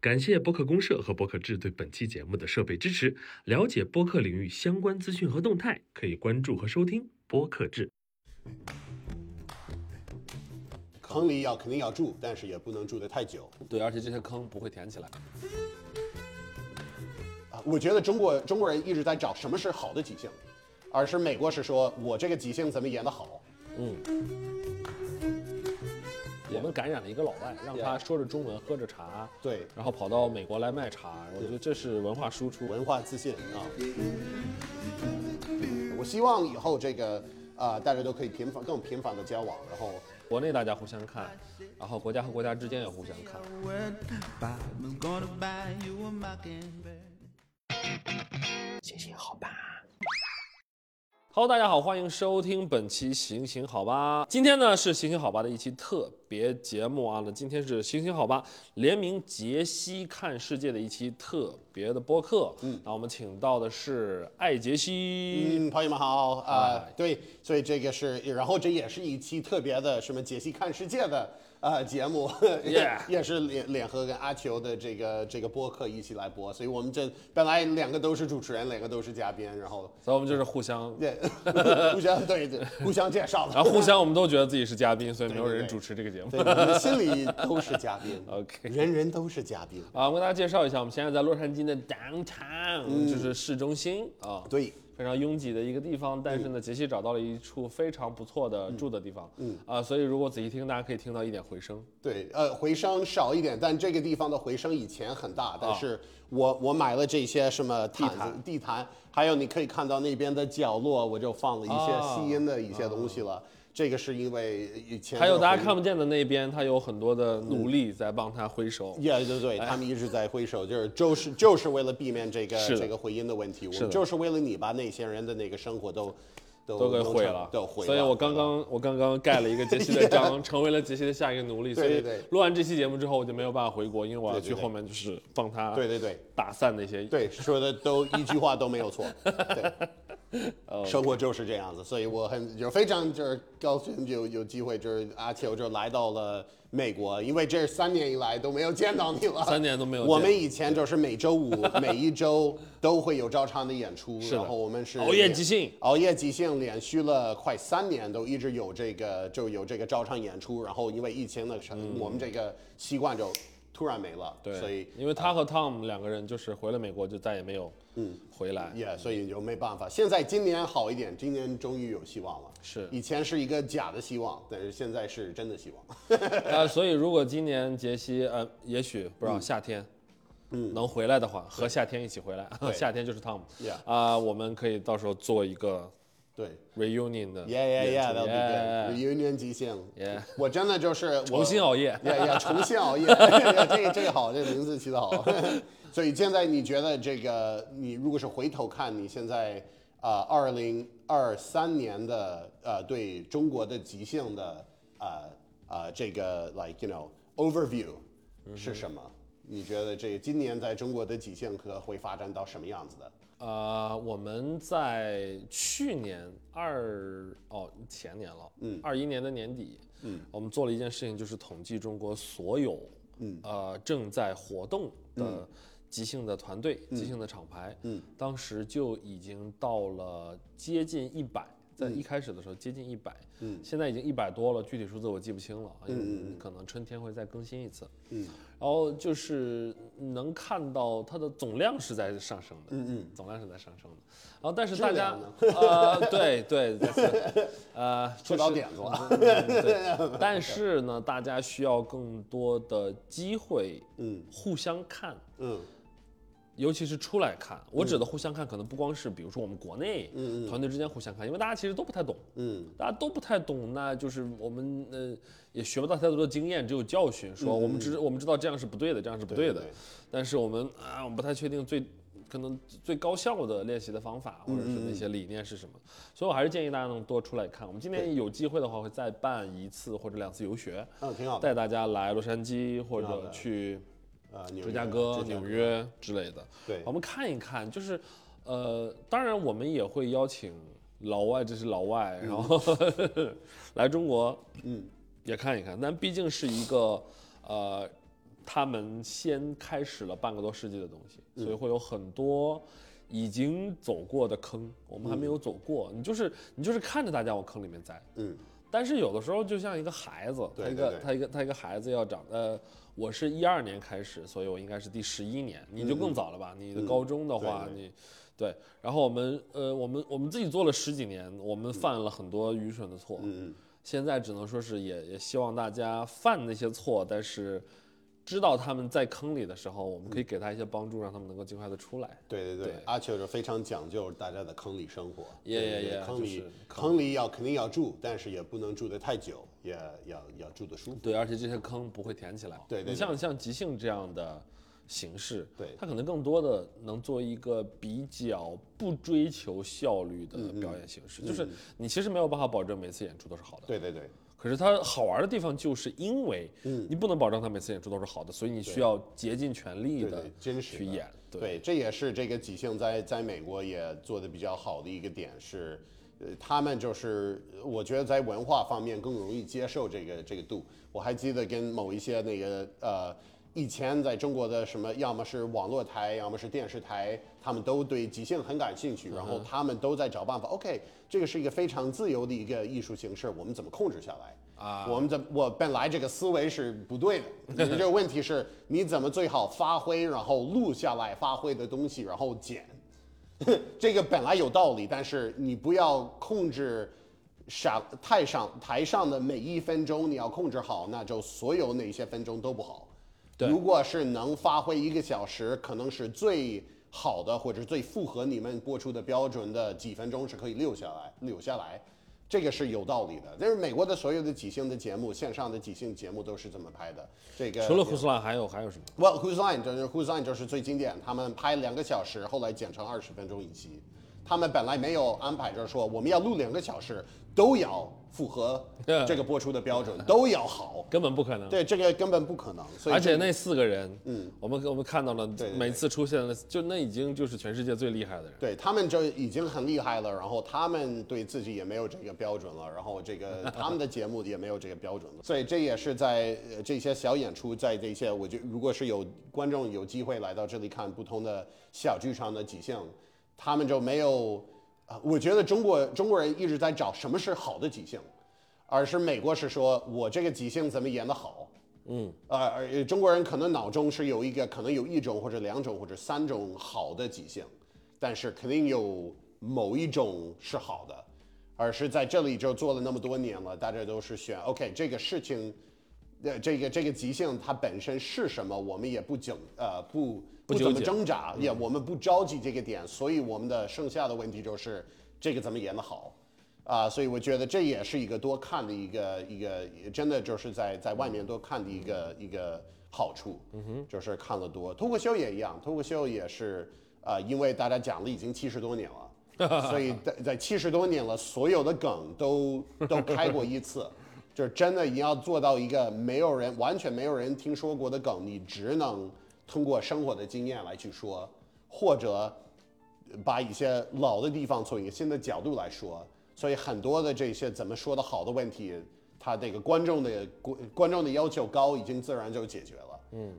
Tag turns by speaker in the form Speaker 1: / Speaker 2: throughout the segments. Speaker 1: 感谢播客公社和播客志对本期节目的设备支持。了解播客领域相关资讯和动态，可以关注和收听播客志。
Speaker 2: 坑里要肯定要住，但是也不能住得太久
Speaker 3: 对，而且这些坑不会填起来。
Speaker 2: 啊。我觉得中国中国人一直在找什么是好的即兴，而是美国是说我这个即兴怎么演得好。
Speaker 3: 我们感染了一个老外，让他说着中文，喝着茶，
Speaker 2: 对
Speaker 3: 然后跑到美国来卖茶。我觉得这是文化输出。
Speaker 2: 文化自信啊。我希望以后这个啊、大家都可以频繁更频繁的交往，然后
Speaker 3: 国内大家互相看，然后国家和国家之间也互相看。
Speaker 4: I'm gonna buy you a mockingbird.
Speaker 3: 行行好吧。Hello，大家好，欢迎收听本期《行行好吧》。今天呢是《行行好吧》的一期特别节目啊，那今天是《行行好吧》联名杰西看世界的一期特别的播客。嗯，那我们请到的是艾杰西。
Speaker 2: 嗯，朋友们好啊、
Speaker 3: 哎
Speaker 2: 对，所以这个是，然后这也是一期特别的什么解析看世界的呃节目
Speaker 3: Yeah
Speaker 2: 也是脸脸和跟阿球的这个这个播客一起来播，所以我们这本来两个都是主持人，两个都是嘉宾，然后
Speaker 3: 所以我们就是互相，
Speaker 2: 对 互相对 对互相介绍的，
Speaker 3: 然后互相我们都觉得自己是嘉宾，所以没有
Speaker 2: 对对
Speaker 3: 人
Speaker 2: 对
Speaker 3: 主持这个节目。
Speaker 2: 对，我们心里都是嘉 宾
Speaker 3: 哦 OK
Speaker 2: 人人都是嘉宾，
Speaker 3: 啊，我跟大家介绍一下，我们现在在洛杉矶的 downtown，、就是
Speaker 2: 嗯
Speaker 3: 市中心啊，
Speaker 2: 对，
Speaker 3: 非常拥挤的一个地方。但是
Speaker 2: 嗯
Speaker 3: 呢，杰西找到了一处非常不错的住的地方，嗯啊，所以如果仔细听，大家可以听到一点回声。
Speaker 2: 对，呃，回声少一点，但这个地方的回声以前很大，
Speaker 3: 啊
Speaker 2: 但是我、我买了这些什么毯子、地毯，还有你可以看到那边的角落，我就放了一些
Speaker 3: 啊
Speaker 2: 吸音的一些东西了。这个是因为以前
Speaker 3: 还有
Speaker 2: 的
Speaker 3: 大家
Speaker 2: 回
Speaker 3: 看不见的那边，它有很多的奴隶在帮他挥手。
Speaker 2: Yeah，对
Speaker 3: 哎
Speaker 2: 对，他们一直在挥手，就是就是就是为了避免这个
Speaker 3: 是的
Speaker 2: 这个回音的问题，我
Speaker 3: 是
Speaker 2: 们
Speaker 3: 的
Speaker 2: 就是为了你把那些人的那个生活都都
Speaker 3: 都给
Speaker 2: 弄
Speaker 3: 毁
Speaker 2: 成
Speaker 3: 了，
Speaker 2: 都毁了。嗯
Speaker 3: 所以我刚刚我刚刚盖了一个 杰西的章，成为了杰西的下一个奴隶。所
Speaker 2: 对
Speaker 3: 以
Speaker 2: 对对
Speaker 3: 录完这期节目之后，我就没有办法回国，因为我要
Speaker 2: 对对
Speaker 3: 去
Speaker 2: 对
Speaker 3: 后面就是帮他
Speaker 2: 对对对
Speaker 3: 打散那些
Speaker 2: 对，说的都一句话都没有 错。对，
Speaker 3: 哦
Speaker 2: 生活就是这样子，所以我很就非常就是高兴有有机会就是阿秋就来到了美国，因为这三年以来都没有见到你了，
Speaker 3: 三年都没有见
Speaker 2: 我们以前就是每周 五每一周都会有照常的演出，
Speaker 3: 的
Speaker 2: 然后我们是
Speaker 3: 熬夜即兴
Speaker 2: 熬夜即兴连续了快三年都一直有这个就有这个照常演出，然后因为疫情的时候，我们这个习惯就突然没了，
Speaker 3: 嗯对，
Speaker 2: 所以
Speaker 3: 因为他和 Tom 两个人就是回了美国就再也没有嗯回来，
Speaker 2: 也、所以就没办法。现在今年好一点，今年终于有希望了。
Speaker 3: 是
Speaker 2: 以前是一个假的希望，但是现在是真的希望。
Speaker 3: 呃，所以如果今年杰西呃，也许不知道夏天。嗯，能回来的话，和夏天一起回来。 夏天就是 Tom，
Speaker 2: Yeah
Speaker 3: 啊、我们可以到时候做一个
Speaker 2: 对
Speaker 3: reunion 的
Speaker 2: ，Yeah Yeah
Speaker 3: 演
Speaker 2: Yeah，
Speaker 3: 出
Speaker 2: that'll be
Speaker 3: yeah
Speaker 2: good。Reunion 即兴
Speaker 3: Yeah
Speaker 2: 我真的就是我
Speaker 3: 重新 熬夜
Speaker 2: Yeah Yeah，重新熬夜。 这个这个好，这个名字起得好。 所以现在你觉得这个，你如果是回头看你现在呃二零二三年的呃对中国的即兴的呃呃这个 like you know overview 是什么？你觉得这今年在中国的即兴课会发展到什么样子的？
Speaker 3: 呃，我们在去年二哦前年了，嗯，二一年的年底，嗯，我们做了一件事情，就是统计中国所有，嗯，呃正在活动的即兴的团队、即兴的厂牌，嗯，当时就已经到了接近一百。在一开始的时候接近一百，嗯，现在已经一百多了，具体数字我记不清了，因为可能春天会再更新一次，嗯，然后就是能看到它的总量是在上升的，嗯嗯，总量是在上升的，然后但是大家呃，对对，that's it 呃，
Speaker 2: 出
Speaker 3: 就是
Speaker 2: 到点子了。
Speaker 3: 对， 但是呢，大家需要更多的机会，嗯，互相看，
Speaker 2: 嗯，
Speaker 3: 尤其是出来看。我指的互相看，可能不光是比如说我们国内
Speaker 2: 嗯
Speaker 3: 团队之间互相看，因为大家其实都不太懂，嗯，大家都不太懂，那就是我们呃也学不到太多的经验，只有教训，说我们知我们知道这样是不对的，这样是不对的
Speaker 2: 嗯对对，
Speaker 3: 但是我们啊，我们不太确定最。可能最高效的练习的方法，或者是
Speaker 2: 嗯
Speaker 3: 那些理念是什么，所以我还是建议大家能多出来看。我们今年有机会的话，会再办一次或者两次游学，
Speaker 2: 嗯，挺好的。
Speaker 3: 带大家来洛杉矶或
Speaker 2: 挺好
Speaker 3: 者
Speaker 2: 的
Speaker 3: 去
Speaker 2: 呃，纽
Speaker 3: 芝
Speaker 2: 约
Speaker 3: 加哥、
Speaker 2: 芝加
Speaker 3: 纽约之类的。
Speaker 2: 对嗯
Speaker 3: 我们看一看，就是呃，当然我们也会邀请老外，这是老外，然后 来中国，嗯，也看一看。但毕竟是一个呃他们先开始了半个多世纪的东西，所以会有很多已经走过的坑，我们还没有走过。你就是你就是看着大家往坑里面栽，
Speaker 2: 嗯
Speaker 3: 但是有的时候就像一个孩子，
Speaker 2: 对
Speaker 3: 他
Speaker 2: 对
Speaker 3: 一个
Speaker 2: 对
Speaker 3: 他一个他一个孩子要长，呃，我是一二年开始，所以我应该是第十一年，你就更早了吧？你的高中的话，
Speaker 2: 嗯对对
Speaker 3: 你对，然后我们呃，我们我们自己做了十几年，我们犯了很多愚蠢的错，
Speaker 2: 嗯
Speaker 3: 现在只能说是也也希望大家犯那些错，但是知道他们在坑里的时候，我们可
Speaker 2: 嗯
Speaker 3: 以给他一些帮助，让他们能够尽快的出来。
Speaker 2: 对对对
Speaker 3: 对，
Speaker 2: 阿秋是非常讲究大家的坑里生活，
Speaker 3: 也
Speaker 2: 对
Speaker 3: 也
Speaker 2: 对
Speaker 3: 也
Speaker 2: 坑里
Speaker 3: 就是
Speaker 2: 坑里要肯定要住，但是也不能住得太久，也要要住得舒服。
Speaker 3: 对，而且这些坑不会填起来。
Speaker 2: 对对对
Speaker 3: 你像像即兴这样的形式，
Speaker 2: 对
Speaker 3: 它可能更多的能做一个比较不追求效率的
Speaker 2: 嗯
Speaker 3: 表演形式，就是你其实没有办法保证每次演出都是好的。
Speaker 2: 对对对，
Speaker 3: 可是它好玩的地方就是因为
Speaker 2: 嗯
Speaker 3: 你不能保证它每次演出都是好的，所以你需要竭尽全力
Speaker 2: 对
Speaker 3: 的
Speaker 2: 对，真实
Speaker 3: 去
Speaker 2: 的
Speaker 3: 演。
Speaker 2: 对，这也是这个即兴在在美国也做的比较好的一个点是，呃，他们就是呃我觉得在文化方面更容易接受这个这个度。我还记得跟某一些那个呃，以前在中国的什么，要么是网络台，要么是电视台，他们都对即兴很感兴趣，然后他们都在找办法。OK，这个是一个非常自由的一个艺术形式，我们怎么控制下来？
Speaker 3: 啊
Speaker 2: 我们怎我本来这个思维是不对的，你这个问题是你怎么最好发挥，然后录下来发挥的东西，然后剪， 这个本来有道理，但是你不要控制上台上台上的每一分钟，你要控制好，那就所有哪些分钟都不好。
Speaker 3: 对
Speaker 2: 如果是能发挥一个小时，可能是最好的，或者最符合你们播出的标准的几分钟是可以留下来，留下来，这个是有道理的。但是美国的所有的即兴的节目，线上的即兴节目都是这么拍的。这个
Speaker 3: 除了胡思乱，还有还有什么？
Speaker 2: Well, Who's Line 就是 Who's Line 就是最经典，他们拍两个小时，后来剪成二十分钟一集。他们本来没有安排着说我们要录两个小时，都要符合这个播出的 标准，都要好。
Speaker 3: 根本不可能。
Speaker 2: 对，这个根本不可能。所以
Speaker 3: 而且
Speaker 2: 这
Speaker 3: 那四个人，嗯，我们我们看到了，
Speaker 2: 对对
Speaker 3: 每次出现的就那已经就是全世界最厉害的人。
Speaker 2: 对他们就已经很厉害了，然后他们对自己也没有这个标准了，然后这 个他们的节目也没有这个标准了，所以这也是在、呃、这些小演出，在这些我觉如果是有观众有机会来到这里看不同的小剧场的几项，他们就没有啊、我觉得中国中国人一直在找什么是好的即兴，而是美国是说我这个即兴怎么演得好。嗯，呃，而中国人可能脑中是有一个，可能有一种或者两种或者三种好的即兴，但是肯定有某一种是好的，而是在这里就做了那么多年了，大家都是选 OK 这个事情，呃，这个这个即兴它本身是什么，我们也不整呃不
Speaker 3: 不
Speaker 2: 怎
Speaker 3: 纠
Speaker 2: 么
Speaker 3: 结嗯
Speaker 2: 挣扎，也我们不着急这个点，所以我们的剩下的问题就是这个怎么演得好。啊，所以我觉得这也是一个多看的一个一个，真的就是在在外面多看的一个一个好处，嗯哼，就是看了多。脱口秀也一样，脱口秀也是，啊，因为大家讲了已经七十多年了， 所以在在七十多年了，所有的梗都都开过一次，就是真的你要做到一个没有人完全没有人听说过的梗，你只能通过生活的经验来去说，或者把一些老的地方从一个新的角度来说，所以很多的这些怎么说的好的问题，他这个观众的观观众的要求高，已经自然就解决了。嗯，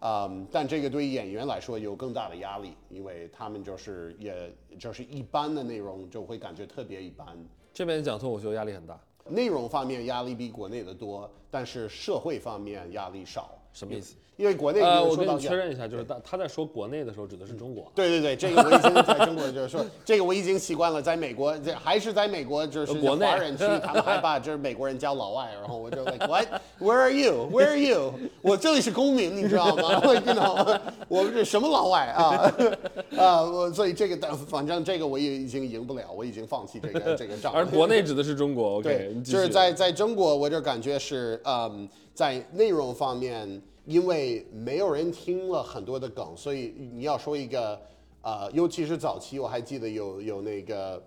Speaker 2: 嗯，但这个对于演员来说有更大的压力，因为他们就是也就是一般的内容就会感觉特别一般。
Speaker 3: 这边讲脱口秀压力很大，
Speaker 2: 内容方面压力比国内的多，但是社会方面压力少。
Speaker 3: 什么意思？
Speaker 2: 因为国内
Speaker 3: 呃，
Speaker 2: 有
Speaker 3: 我
Speaker 2: 说
Speaker 3: 跟
Speaker 2: 到
Speaker 3: 你
Speaker 2: 压
Speaker 3: 确认一下，就是他他在说国内的时候指
Speaker 2: 嗯
Speaker 3: 的是中国啊，
Speaker 2: 对对对，这个我已经在中国就是说，这个我已经习惯了，在美国这还是在美国，就是
Speaker 3: 呃国内
Speaker 2: 华人区，他们还把就是美国人叫老外，然后我就 like what where are you where are you，我这里是公民，你知道吗？我 you know，我 们这什么老外啊 啊，我所以这个但反正这个我也已经赢不了，我已经放弃这个这个仗了。
Speaker 3: 而国内指的是中国。OK，
Speaker 2: 对，
Speaker 3: 你继续
Speaker 2: 就是在在中国，我就感觉是，嗯，在内容方面，因为没有人听了很多的梗，所以你要说一个，呃，尤其是早期，我还记得有有那个，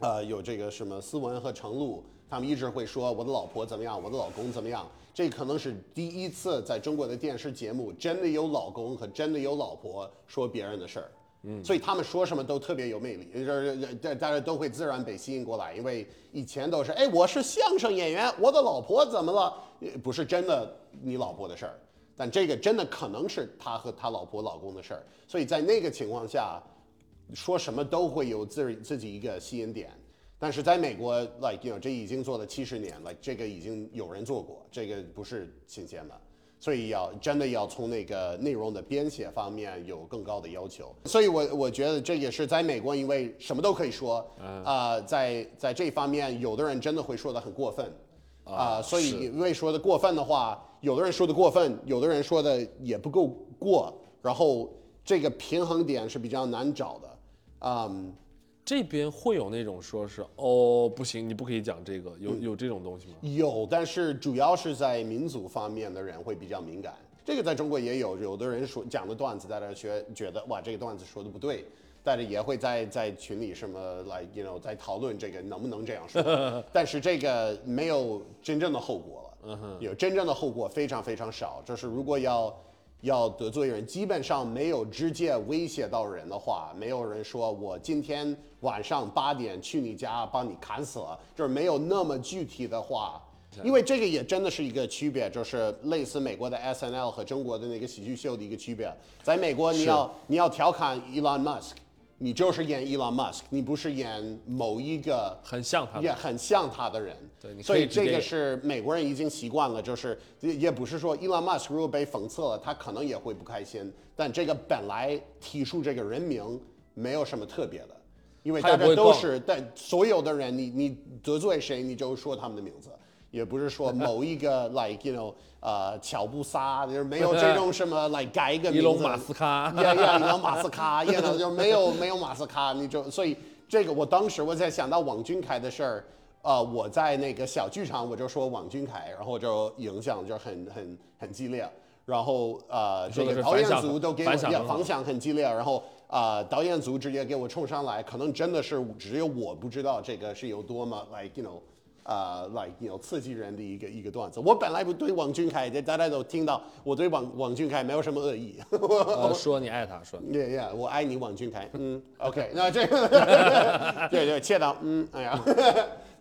Speaker 2: 呃，有这个什么思文和程璐，他们一直会说我的老婆怎么样，我的老公怎么样。这可能是第一次在中国的电视节目真的有老公和真的有老婆说别人的事儿。嗯，所以他们说什么都特别有魅力，就是呃大大家都会自然被吸引过来，因为以前都是哎，我是相声演员，我的老婆怎么了？呃不是真的你老婆的事儿，但这个真的可能是他和他老婆老公的事儿，所以在那个情况下，说什么都会有自自己一个吸引点。但是在美国，like you know，这已经做了七十年，like 这个已经有人做过，这个不是新鲜的，所以要真的要从那个内容的编写方面有更高的要求。所以我我觉得这也是在美国，因为什么都可以说，啊、在在这方面，有的人真的会说的很过分，啊、所以
Speaker 3: 是
Speaker 2: 因为说的过分的话，有的人说的过分，有的人说的也不够过，然后这个平衡点是比较难找的，嗯。
Speaker 3: 这边会有那种说是哦，不行，你不可以讲这个，有、
Speaker 2: 嗯
Speaker 3: 有这种东西吗？
Speaker 2: 有，但是主要是在民族方面的人会比较敏感。这个在中国也有，有的人说讲的段子，大家觉觉得哇，这个段子说的不对，但是也会在在群里什么来，you know，在讨论这个能不能这样说。但是这个没有真正的后果了，有真正的后果非常非常少。就是如果要要得罪人，基本上没有直接威胁到人的话，没有人说我今天晚上八点去你家帮你砍死了，就是没有那么具体的话。因为这个也真的是一个区别，就是类似美国的 S N L 和中国的那个喜剧秀的一个区别。在美国，你要你要调侃 Elon Musk，你就是演 Elon Musk，你不是演某一个
Speaker 3: 很像他
Speaker 2: 也
Speaker 3: 们，
Speaker 2: 很像他的人。
Speaker 3: 对你可
Speaker 2: 所
Speaker 3: 以
Speaker 2: 以
Speaker 3: 直
Speaker 2: 这
Speaker 3: 接
Speaker 2: 个
Speaker 3: 演
Speaker 2: 是美国人已经习惯了，就是也也不是说伊 m 马斯如果被讽刺了，他可能也会不开心，但这个本来提出这个人名没有什么特别的，因为
Speaker 3: 他也
Speaker 2: 大
Speaker 3: 不
Speaker 2: 家
Speaker 3: 会
Speaker 2: 都
Speaker 3: 逛
Speaker 2: 是但所有的人，你你得罪谁，你就说他们的名字。也不是说某一个 like you know 呃乔布萨，就是没有这种什么 like 改一个
Speaker 3: 伊
Speaker 2: 名字，
Speaker 3: 隆马斯卡
Speaker 2: 呀呀，有马斯 卡，呀，啊就没有没有马斯卡，你就所以这个我当时我在想到王俊凯的事儿，呃，我在那个小剧场我就说王俊凯，然后就影响就很很很激烈，然后呃，这
Speaker 3: 说的
Speaker 2: 个
Speaker 3: 是
Speaker 2: 导演
Speaker 3: 反响
Speaker 2: 组都给我
Speaker 3: 反响
Speaker 2: 呀
Speaker 3: 很好
Speaker 2: 反响很激烈，然后呃，导演组直接给我冲上来，可能真的是只有我不知道这个是有多么 like you know。呃、l i k e you know，刺激人的一个一个段子。我本来不对王俊凯，大家都听到，我对王王俊凯没有什么恶意，
Speaker 3: 呃，说你爱他，说
Speaker 2: Yeah, yeah，我爱你，王俊凯。嗯，OK，那这个， 对对，切到，嗯，哎呀，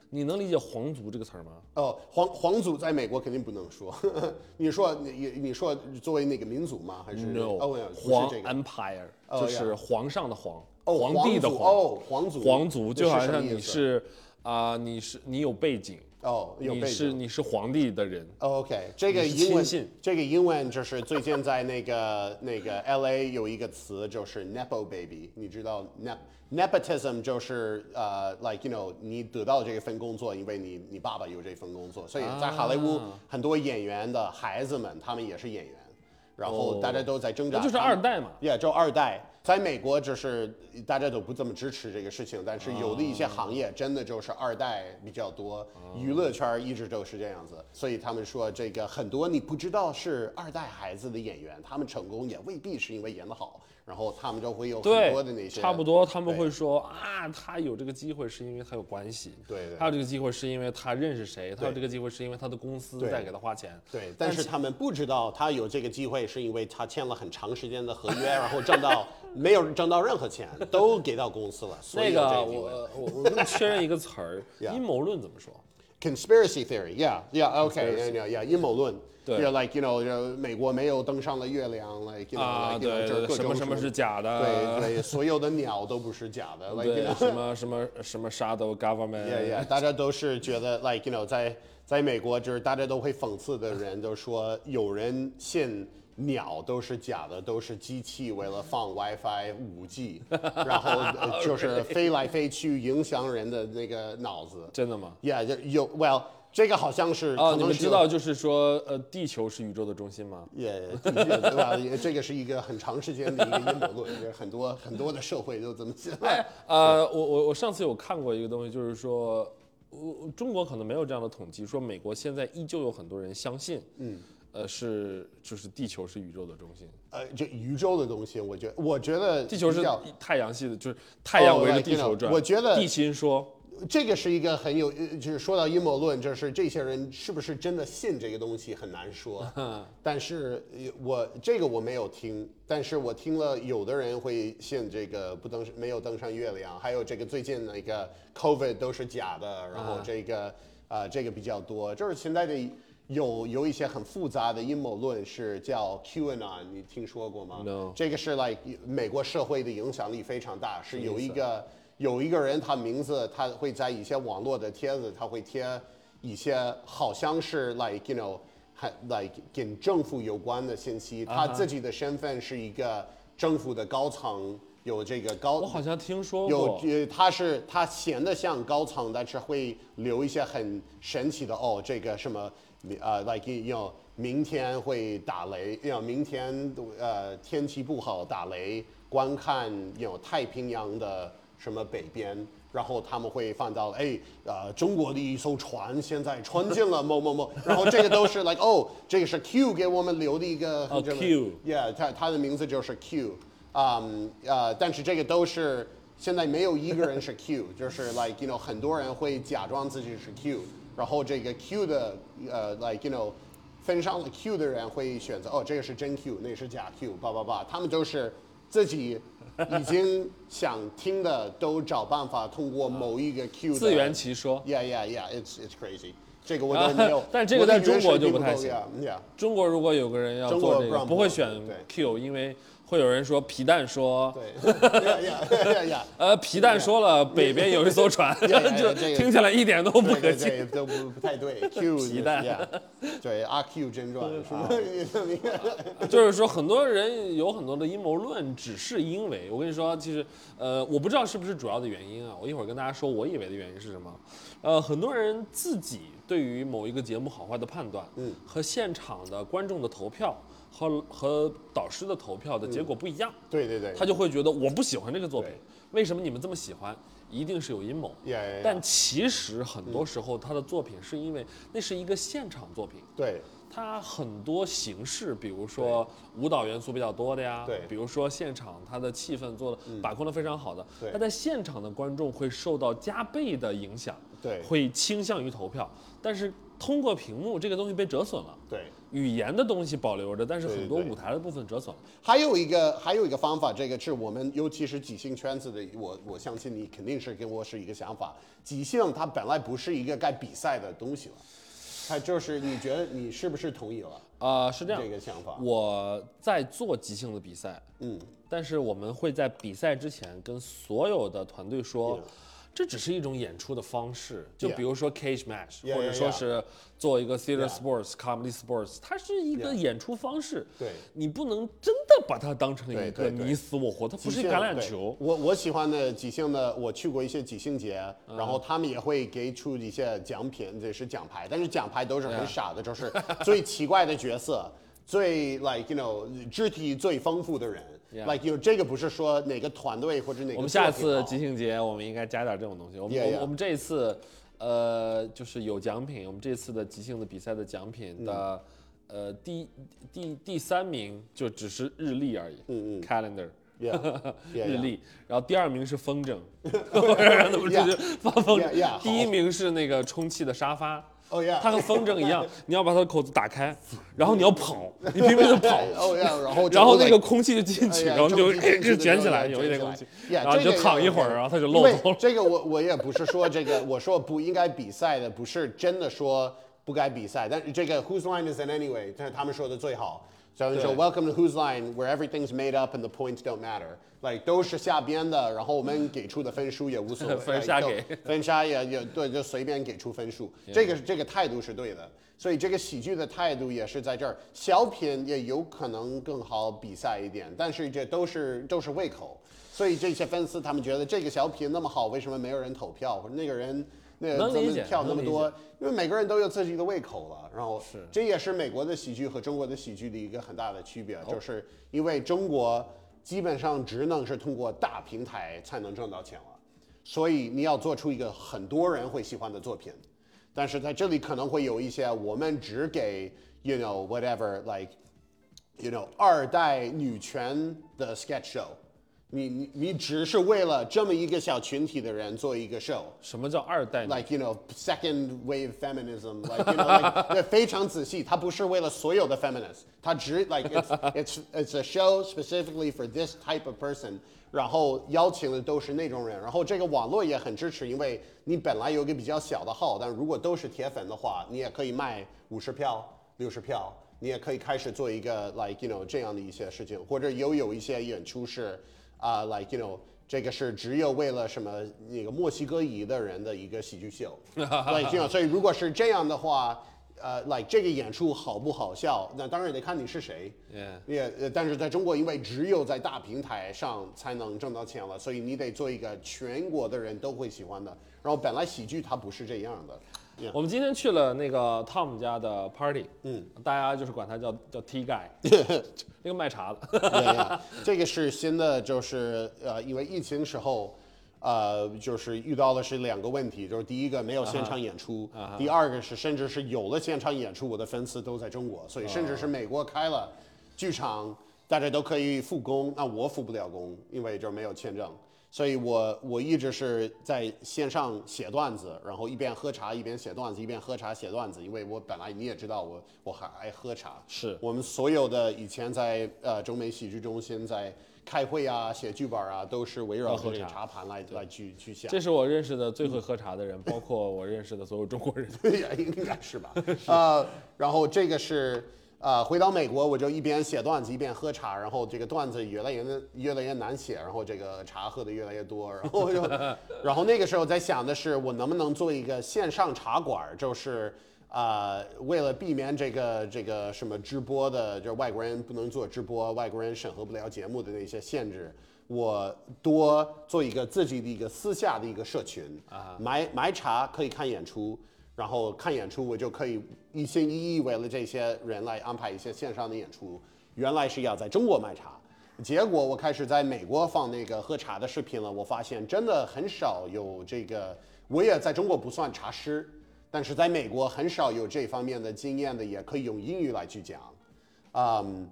Speaker 3: 你能理解“皇族”这个词儿吗？
Speaker 2: 哦，皇皇族在美国肯定不能说。 你说你你你说作为哪个民族吗？还是
Speaker 3: No，
Speaker 2: 哦，没有不
Speaker 3: 皇
Speaker 2: 是这个。
Speaker 3: empire
Speaker 2: 哦
Speaker 3: 就
Speaker 2: 呀
Speaker 3: 是皇上的皇，
Speaker 2: 哦
Speaker 3: 皇帝
Speaker 2: 皇
Speaker 3: 的
Speaker 2: 族
Speaker 3: 皇，
Speaker 2: 哦皇族
Speaker 3: 皇族
Speaker 2: 这
Speaker 3: 就是好
Speaker 2: 什么
Speaker 3: 像
Speaker 2: 意
Speaker 3: 你
Speaker 2: 思
Speaker 3: 是啊、你是你有背景，
Speaker 2: 哦，有
Speaker 3: 你
Speaker 2: 背
Speaker 3: 是
Speaker 2: 景。
Speaker 3: 你是皇帝的人，
Speaker 2: 哦 OK，这个
Speaker 3: 你是
Speaker 2: 英文
Speaker 3: 亲信，
Speaker 2: 这个英文就是最近在那个那个 LA 有一个词就是 nepo baby，你知道 nep nepotism 就是呃、like you know 你得到这份工作，因为你你爸爸有这份工作，所以在好莱坞
Speaker 3: 啊
Speaker 2: 很多演员的孩子们，他们也是演员，然后
Speaker 3: 哦
Speaker 2: 大家都在挣扎，
Speaker 3: 那就是
Speaker 2: 他们
Speaker 3: 二代嘛。
Speaker 2: 也就二代，在美国就是大家都不怎么支持这个事情，但是有的一些行业真的就是二代比较多，娱乐圈一直都是这样子，所以他们说这个很多你不知道是二代孩子的演员，他们成功也未必是因为演得好，然后他们就会有很多的那
Speaker 3: 对，
Speaker 2: 些
Speaker 3: 差不多他们
Speaker 2: 对
Speaker 3: 会说啊，他有这个机会是因为他有关系，
Speaker 2: 对对
Speaker 3: 他有这个机会是因为他认识谁，他有
Speaker 2: 对
Speaker 3: 这个机会是因为他的公司
Speaker 2: 对
Speaker 3: 在给他花钱，
Speaker 2: 对，但是他们不知道他有这个机会，是因为他签了很长时间的合约，然后挣到没有挣到任何钱，都给到公司了。所以
Speaker 3: 那
Speaker 2: 有这
Speaker 3: 个
Speaker 2: 机会
Speaker 3: 我呃我我跟你确认一个词儿，
Speaker 2: Yeah
Speaker 3: 阴谋论怎么说？
Speaker 2: conspiracy theory. Yeah, yeah, okay, yeah, yeah, yeah. 阴谋论。
Speaker 3: 对
Speaker 2: Yeah, like you know，就美国没有登上了月亮，like you know，
Speaker 3: 啊，
Speaker 2: like, you know，
Speaker 3: 对
Speaker 2: 就是
Speaker 3: 对，
Speaker 2: 各
Speaker 3: 什
Speaker 2: 种
Speaker 3: 么什么是假
Speaker 2: 对
Speaker 3: 的？
Speaker 2: 对，所有的鸟都不是假 的，like you
Speaker 3: 对，
Speaker 2: know，
Speaker 3: 什么什么什么 shadow
Speaker 2: yeah, yeah，
Speaker 3: government，
Speaker 2: 大家都是觉得 like you know，在在美国就是大家都会讽刺的人，就说有人信鸟都是假的，都是机器为了放 WiFi 五 G，然后 呃就是飞来飞去影响人的那个脑子。
Speaker 3: 真的吗？
Speaker 2: Yeah，就有 well，这个好像是可
Speaker 3: 哦，你
Speaker 2: 能
Speaker 3: 们
Speaker 2: 是
Speaker 3: 知
Speaker 2: 有
Speaker 3: 道就是说，呃，地球是宇宙的中心吗？
Speaker 2: 也的确对吧？也这个是一个很长时间的一个阴谋论，就是很多很多的社会都这么 想。
Speaker 3: 呃，我我我上次有看过一个东西，就是说，我中国可能没有这样的统计，说美国现在依旧有很多人相信，嗯，呃，是就是地球是宇宙的中心，
Speaker 2: 呃，这宇宙的东西，我觉我觉得
Speaker 3: 地球是
Speaker 2: 比较
Speaker 3: 太阳系的，就是太阳围着
Speaker 2: like,
Speaker 3: 地
Speaker 2: you know，
Speaker 3: 球转。
Speaker 2: 我觉得
Speaker 3: 地心说，
Speaker 2: 这个是一个很有，呃就是说到阴谋论，就是这些人是不是真的信这个东西很难说。但是呃我这个我没有听，但是我听了有的人会信这个不登没有登上月亮，还有这个最近那个 COVID 都是假的，然后这个啊、呃这个比较多，就是现在的有有一些很复杂的阴谋论是叫 QAnon，你听说过吗
Speaker 3: No
Speaker 2: 这个是 like 美国社会的影响力非常大，是有一个有一个人，他名字他会在一些网络的帖子，他会贴一些好像是 like you know 还 like 跟政府有关的信息，他
Speaker 3: 啊
Speaker 2: 自己的身份是一个政府的高层，有这个高
Speaker 3: 我好像听说
Speaker 2: 有
Speaker 3: 过，
Speaker 2: 呃，他是他显得像高层，但是会留一些很神奇的哦，这个什么呃，like you know，明天会打雷，要明天呃天气不好打雷，观看有太平洋的什么北边。然后他们会放到，哎，呃，中国的一艘船现在穿进了某某某，然后这个都是 like，哦，这个是 Q 给我们留的一个
Speaker 3: 哦
Speaker 2: 这个
Speaker 3: Q
Speaker 2: Yeah，他他的名字就是 Q，嗯呃，但是这个都是现在没有一个人是 Q，就是 like you know 很多人会假装自己是 Q，然后这个 Q 的呃 like you know 分上了 Q 的人会选择哦这个是真 Q，那个是假 Q，叭叭叭，他们都是自己已经想听的都找办法通过某一个 Q 的
Speaker 3: 自圆其说。啊
Speaker 2: Yeah yeah yeah，it's it's crazy，这个我都没有，
Speaker 3: 但这个
Speaker 2: 我的
Speaker 3: 在中
Speaker 2: 原始
Speaker 3: 国就
Speaker 2: 并
Speaker 3: 不太
Speaker 2: 够
Speaker 3: 行
Speaker 2: Yeah，yeah
Speaker 3: 中国如果有个人要
Speaker 2: 中国
Speaker 3: 做这
Speaker 2: 不
Speaker 3: 个，
Speaker 2: 让
Speaker 3: 不会
Speaker 2: 播
Speaker 3: 选
Speaker 2: 对
Speaker 3: Q，因为会有人说皮蛋说，
Speaker 2: 对，Yeah yeah yeah yeah。
Speaker 3: 呃，皮蛋说了北边有一艘船，
Speaker 2: 呀呀
Speaker 3: 就
Speaker 2: 哎这个
Speaker 3: 听起来一点都不可
Speaker 2: 对对
Speaker 3: 信。
Speaker 2: 对，都不不太 对。Q
Speaker 3: 皮蛋
Speaker 2: ，yeah, 对阿 Q 真传是吧？
Speaker 3: 就是说，很多人有很多的阴谋论，只是因为我跟你说，其实，呃，我不知道是不是主要的原因啊。我一会儿跟大家说，我以为的原因是什么。呃，很多人自己对于某一个节目好坏的判断，嗯，和现场的观众的投票和和导师的投票的结
Speaker 2: 嗯
Speaker 3: 果不一样，
Speaker 2: 对对对，
Speaker 3: 他就会觉得我不喜欢这个作品
Speaker 2: 对，
Speaker 3: 为什么你们这么喜欢？一定是有阴谋。
Speaker 2: 呀嗯呀呀
Speaker 3: 但其实很多时候，他的作品是因为那是一个现场作品，
Speaker 2: 对
Speaker 3: 它很多形式，比如说舞蹈元素比较多的呀，
Speaker 2: 对嗯
Speaker 3: 比如说现场它的气氛做的、把控的非常好的，
Speaker 2: 对
Speaker 3: 那在现场的观众会受到加倍的影响，
Speaker 2: 对
Speaker 3: 会倾向于投票，但是通过屏幕这个东西被折损了。
Speaker 2: 对。
Speaker 3: 语言的东西保留着，但是很多
Speaker 2: 对对
Speaker 3: 舞台的部分折损了。
Speaker 2: 还有一个还有一个方法，这个是我们尤其是即兴圈子的，我我相信你肯定是跟我是一个想法。即兴它本来不是一个该比赛的东西了，它就是你觉得你是不是同意了
Speaker 3: 啊、是这样，
Speaker 2: 这个想法？
Speaker 3: 我在做即兴的比赛，嗯，但是我们会在比赛之前跟所有的团队说
Speaker 2: Yeah
Speaker 3: 这只是一种演出的方式，就
Speaker 2: Yeah
Speaker 3: 比如说 cage match，、
Speaker 2: Yeah,
Speaker 3: 或者
Speaker 2: yeah,
Speaker 3: 说
Speaker 2: yeah
Speaker 3: 是做一个 theater
Speaker 2: Yeah
Speaker 3: sports、comedy sports，它是一个
Speaker 2: Yeah
Speaker 3: 演出方式。
Speaker 2: 对
Speaker 3: 你不能真的把它当成一
Speaker 2: 对
Speaker 3: 个
Speaker 2: 对对
Speaker 3: 你死我活，它不
Speaker 2: 即
Speaker 3: 是
Speaker 2: 兴
Speaker 3: 橄榄
Speaker 2: 对
Speaker 3: 球。
Speaker 2: 我我喜欢的即兴的，我去过一些即兴节，然
Speaker 3: 嗯
Speaker 2: 后他们也会给出一些奖品，这是奖牌，但是奖牌都是很傻的，就是最奇怪的角色，最 like you know 肢体最丰富的人。
Speaker 3: Yeah
Speaker 2: Like you，know, 这个不是说哪个团队或者哪个
Speaker 3: 我们下
Speaker 2: 作
Speaker 3: 次
Speaker 2: 品好
Speaker 3: 即兴节，我们应该加点这种东西。我们
Speaker 2: Yeah,
Speaker 3: 我们
Speaker 2: yeah
Speaker 3: 我们这一次，呃，就是有奖品。我们这次的即兴的比赛的奖品的，
Speaker 2: 嗯
Speaker 3: 呃，第第第三名就只是日历而已，嗯嗯，calendar。
Speaker 2: Yeah, yeah,
Speaker 3: 日历，然后第二名是风 筝，让他们出去
Speaker 2: Yeah
Speaker 3: 放风筝。
Speaker 2: Yeah, yeah，好
Speaker 3: 第一名是那个充气的沙发，
Speaker 2: Oh, yeah
Speaker 3: 它和风筝一样， 你要把它的口子打开，然后你要跑，你拼命的跑，
Speaker 2: 哦呀，然后
Speaker 3: 然后
Speaker 2: 就
Speaker 3: 那
Speaker 2: like-
Speaker 3: 个空气就
Speaker 2: 哎
Speaker 3: 进去，
Speaker 2: 呀
Speaker 3: 然后就
Speaker 2: 这种
Speaker 3: 哎
Speaker 2: 东西
Speaker 3: 就卷起来，
Speaker 2: 这
Speaker 3: 有
Speaker 2: 种东西
Speaker 3: 一点空气，
Speaker 2: 呀
Speaker 3: 然后
Speaker 2: 这
Speaker 3: 你
Speaker 2: 个
Speaker 3: 就躺一会
Speaker 2: 有
Speaker 3: 儿，然啊后它就
Speaker 2: 因
Speaker 3: 漏
Speaker 2: 为
Speaker 3: 风了。
Speaker 2: 这个我我也不是说这个，我说不应该比赛的，不是真的说不该比赛，但是这个 whose line is it anyway，这是他们说的最好。所以说 Welcome to whose line where everything's made up and the points don't matter，like 都是下边的，然后我们给出的分数也无所谓，哎
Speaker 3: 分下
Speaker 2: like，
Speaker 3: 给
Speaker 2: 就 分差也也对，就随便给出分数，这个这个态度是对的，所以这个喜剧的态度也是在这儿。小品也有可能更好比赛一点，但是这都是都是胃口，所以这些粉丝他们觉得这个小品那么好，为什么没有人投票，或者那个人那个
Speaker 3: 能
Speaker 2: 怎
Speaker 3: 理
Speaker 2: 么
Speaker 3: 解
Speaker 2: 票那
Speaker 3: 能
Speaker 2: 么
Speaker 3: 理解哦
Speaker 2: 多？因为每个人都有自己的胃口了，然后这也是美国的喜剧和中国的喜剧的一个很大的区别，
Speaker 3: 哦
Speaker 2: 就是因为中国基本上只能是通过大平台才能挣到钱了，所以你要做出一个很多人会喜欢的作品，但是在这里可能会有一些我们只给 you know whatever like you know 二代女权的 sketch show。你你你只是为了这么一个小群体的人做一个 show。
Speaker 3: 什么叫二代女？
Speaker 2: Like you know, second wave feminism, like you know, like, 对非常仔细，它不是为了所有的 feminist，它只 like it's it's it's a show specifically for this type of person，然后邀请的都是那种人，然后这个网络也很支持，因为你本来有一个比较小的号，但如果都是铁粉的话，你也可以卖五十票、六十票，你也可以开始做一个 like you know 这样的一些事情，或者有有一些演出是啊、l i k e you know。这个是只有为了什么那个墨西哥裔的人的一个喜剧秀，对，这样。所以如果是这样的话，呃，like 这个演出好不好笑，那当然得看你是谁。
Speaker 3: Yeah
Speaker 2: 也呃，但是在中国，因为只有在大平台上才能挣到钱了，所以你得做一个全国的人都会喜欢的。然后本来喜剧它不是这样的，
Speaker 3: 我们今天去了那个 Tom 家的 party，嗯，大家就是管他叫叫 T guy，那个卖茶的，
Speaker 2: 对呀，这个是新的，就是呃，因为疫情时候，呃，就是遇到的是两个问题，就是第一个没有现场演出，第二个是甚至是有了现场演出，我的粉丝都在中国，所以甚至是美国开了剧场，大家都可以复工，那我复不了工，因为就没有签证。所以我我一直是在线上写段子，然后一边喝茶一边写段子，一边喝茶写段子，因为我本来你也知道我我很爱喝茶，
Speaker 3: 是
Speaker 2: 我们所有的以前在呃中美喜剧中心在开会啊、写剧本啊，都是围绕
Speaker 3: 喝
Speaker 2: 着这个
Speaker 3: 茶
Speaker 2: 茶盘来来去去想。
Speaker 3: 这是我认识的最会喝茶的人，包括我认识的所有中国人。
Speaker 2: 也应该 是吧。呃，然后这个是呃，回到美国我就一边写段子一边喝茶，然后这个段子越来越越来越难写，然后这个茶喝的越来越多，然后就， 然后那个时候在想的是，我能不能做一个线上茶馆儿，就是。呃，为了避免这个这个什么直播的，就是外国人不能做直播，外国人审核不了节目的那些限制，我多做一个自己的一个私下的一个社群啊，买买茶可以看演出，然后看演出，我就可以一心一意为了这些人来安排一些线上的演出。原来是要在中国卖茶，结果我开始在美国放那个喝茶的视频了。我发现真的很少有这个，我也在中国不算茶师，但是在美国很少有这方面的经验的，也可以用英语来去讲。嗯，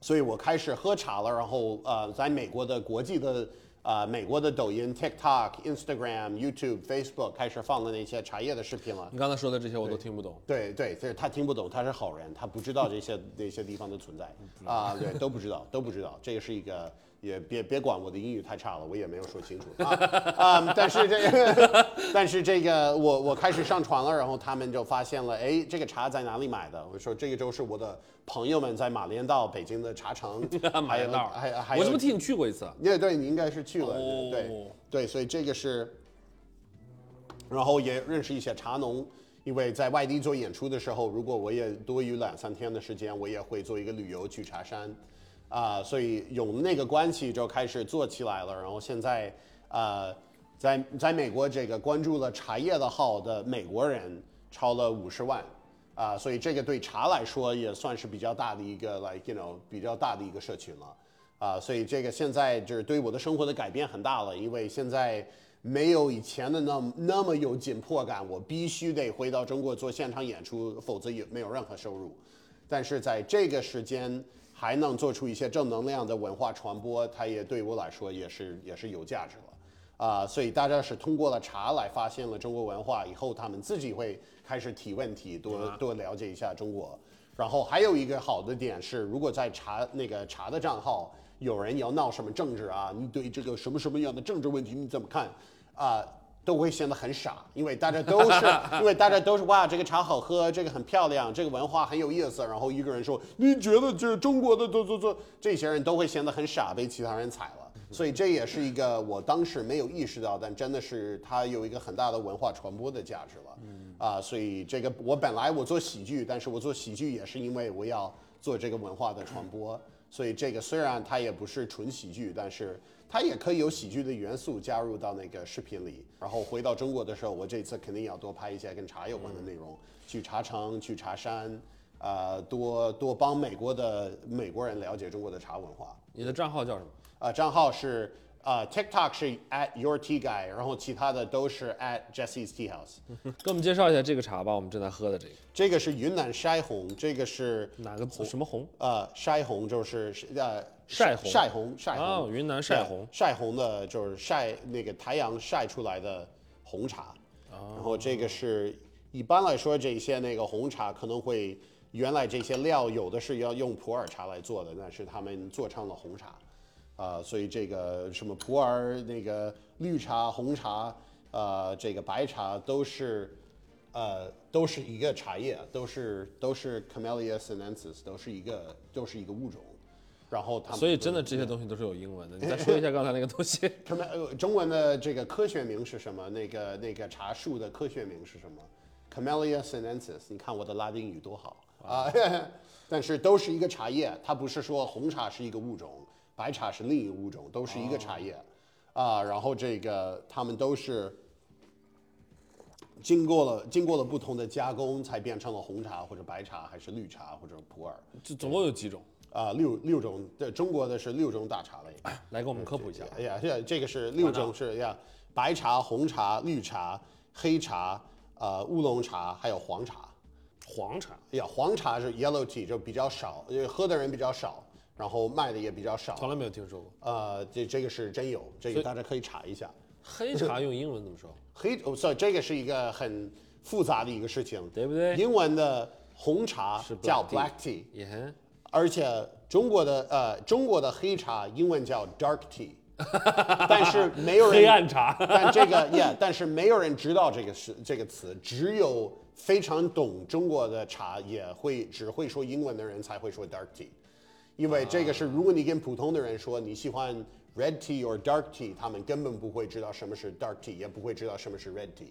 Speaker 2: 所以我开始喝茶了，然后呃，在美国的国际的呃美国的抖音、TikTok、Instagram、YouTube、Facebook 开始放了那些茶叶的视频了。
Speaker 3: 你刚才说的这些我都听不懂，
Speaker 2: 对对，这是他听不懂，他是好人，他不知道这些那些地方的存在啊、对，都不知道，都不知道，这个是一个。也别别管我的英语太差了，我也没有说清楚啊啊、但是这 个，但是这个我我开始上传了，然后他们就发现了，哎，这个茶在哪里买的？我说这个就是我的朋友们在马连道北京的茶城，
Speaker 3: 马连道，
Speaker 2: 还有还还有，
Speaker 3: 我是不是替你去过一次啊？
Speaker 2: 也对你应该是去了，
Speaker 3: 哦
Speaker 2: 对对，所以这个是，然后也认识一些茶农，因为在外地做演出的时候，如果我也多余两三天的时间，我也会做一个旅游去茶山，啊、所以有那个关系就开始做起来了，然后现在呃，在在美国这个关注了茶叶的号的美国人超了五十万。啊、所以这个对茶来说也算是比较大的一个，like you know，比较大的一个社群了。啊，所以这个现在就是对我的生活的改变很大了，因为现在没有以前的那么那么有紧迫感，我必须得回到中国做现场演出，否则也没有任何收入。但是在这个时间还能做出一些正能量的文化传播，它也对我来说也是也是有价值了。啊、所以大家是通过了茶来发现了中国文化以后，他们自己会开始提问题，多多了解一下中国。然后还有一个好的点是，如果在茶那个茶的账号有人要闹什么政治啊，你对这个什么什么样的政治问题你怎么看啊、都会显得很傻，因为大家都是 因为大家都是哇，这个茶好喝，这个很漂亮，这个文化很有意思。然后一个人说，你觉得这中国的这这这这些人都会显得很傻，被其他人踩了。所以这也是一个我当时没有意识到，但真的是它有一个很大的文化传播的价值了。啊，所以这个我本来我做喜剧，但是我做喜剧也是因为我要做这个文化的传播。所以这个虽然它也不是纯喜剧，但是它也可以有喜剧的元素加入到那个视频里。然后回到中国的时候，我这次肯定要多拍一些跟茶有关的内容，去茶城，去茶山，呃，多多帮美国的美国人了解中国的茶文化。
Speaker 3: 你的账号叫什么？
Speaker 2: 呃，账号是呃 TikTok 是 at your tea guy，然后其他的都是 at Jesse's tea house。
Speaker 3: 给我们介绍一下这个茶吧，我们正在喝的这个
Speaker 2: 这个是云南筛红，这个是
Speaker 3: 哪个字什么红？
Speaker 2: 呃筛红，就是呃
Speaker 3: 晒红
Speaker 2: 晒红晒红
Speaker 3: 啊，云南晒红
Speaker 2: 对，晒红的就是晒那个太阳晒出来的红茶。
Speaker 3: 哦
Speaker 2: 然后这个是一般来说这些那个红茶可能会原来这些料有的是要用普洱茶来做的，但是他们做成了红茶，啊、所以这个什么普洱那个绿茶、红茶，呃，这个白茶都是。呃，都是一个茶叶，都是都是 Camellia sinensis，都是一个都是一个物种，然后他们
Speaker 3: 所以真
Speaker 2: 都
Speaker 3: 的这些东西都是有英文的。你再说一下刚才那个东西，
Speaker 2: 他们呃，中文的这个科学名是什么？那个那个茶树的科学名是什么？Camellia sinensis。你看我的拉丁语多好啊！ 但是都是一个茶叶，它不是说红茶是一个物种，白茶是另一个物种，都是一个茶叶啊。然后这个它们都是经过了经过了不同的加工，才变成了红茶或者白茶，还是绿茶或者普洱
Speaker 3: 就总共有几种？
Speaker 2: 啊。六六种，对中国的是六种大茶类。
Speaker 3: 来给我们科普一下。
Speaker 2: 哎呀，这这个是六种是呀，白茶、红茶、绿茶、黑茶、呃乌龙茶，还有黄茶。
Speaker 3: 黄茶
Speaker 2: 哎呀，黄茶是 yellow tea，就比较少，因为喝的人比较少，然后卖的也比较
Speaker 3: 从
Speaker 2: 少。
Speaker 3: 来没有听说过，
Speaker 2: 呃，这这个是真有，这个大家可以查一下。
Speaker 3: 黑茶用英文怎么说？
Speaker 2: 黑，哦所以这个是一个很复杂的一个事情，
Speaker 3: 对不对
Speaker 2: 英文的红茶
Speaker 3: 是 black
Speaker 2: 叫
Speaker 3: tea
Speaker 2: black tea，
Speaker 3: 也很
Speaker 2: 而且中国的呃中国的黑茶英文叫 dark tea，但是没有人
Speaker 3: 黑暗茶
Speaker 2: 但这个 yeah，但是没有人知道这个是这个词，只有非常懂中国的茶也会只会说英文的人才会说 dark tea，因为这个是如果你跟普通的人说你喜欢 red tea or dark tea，他们根本不会知道什么是 dark tea，也不会知道什么是 red tea。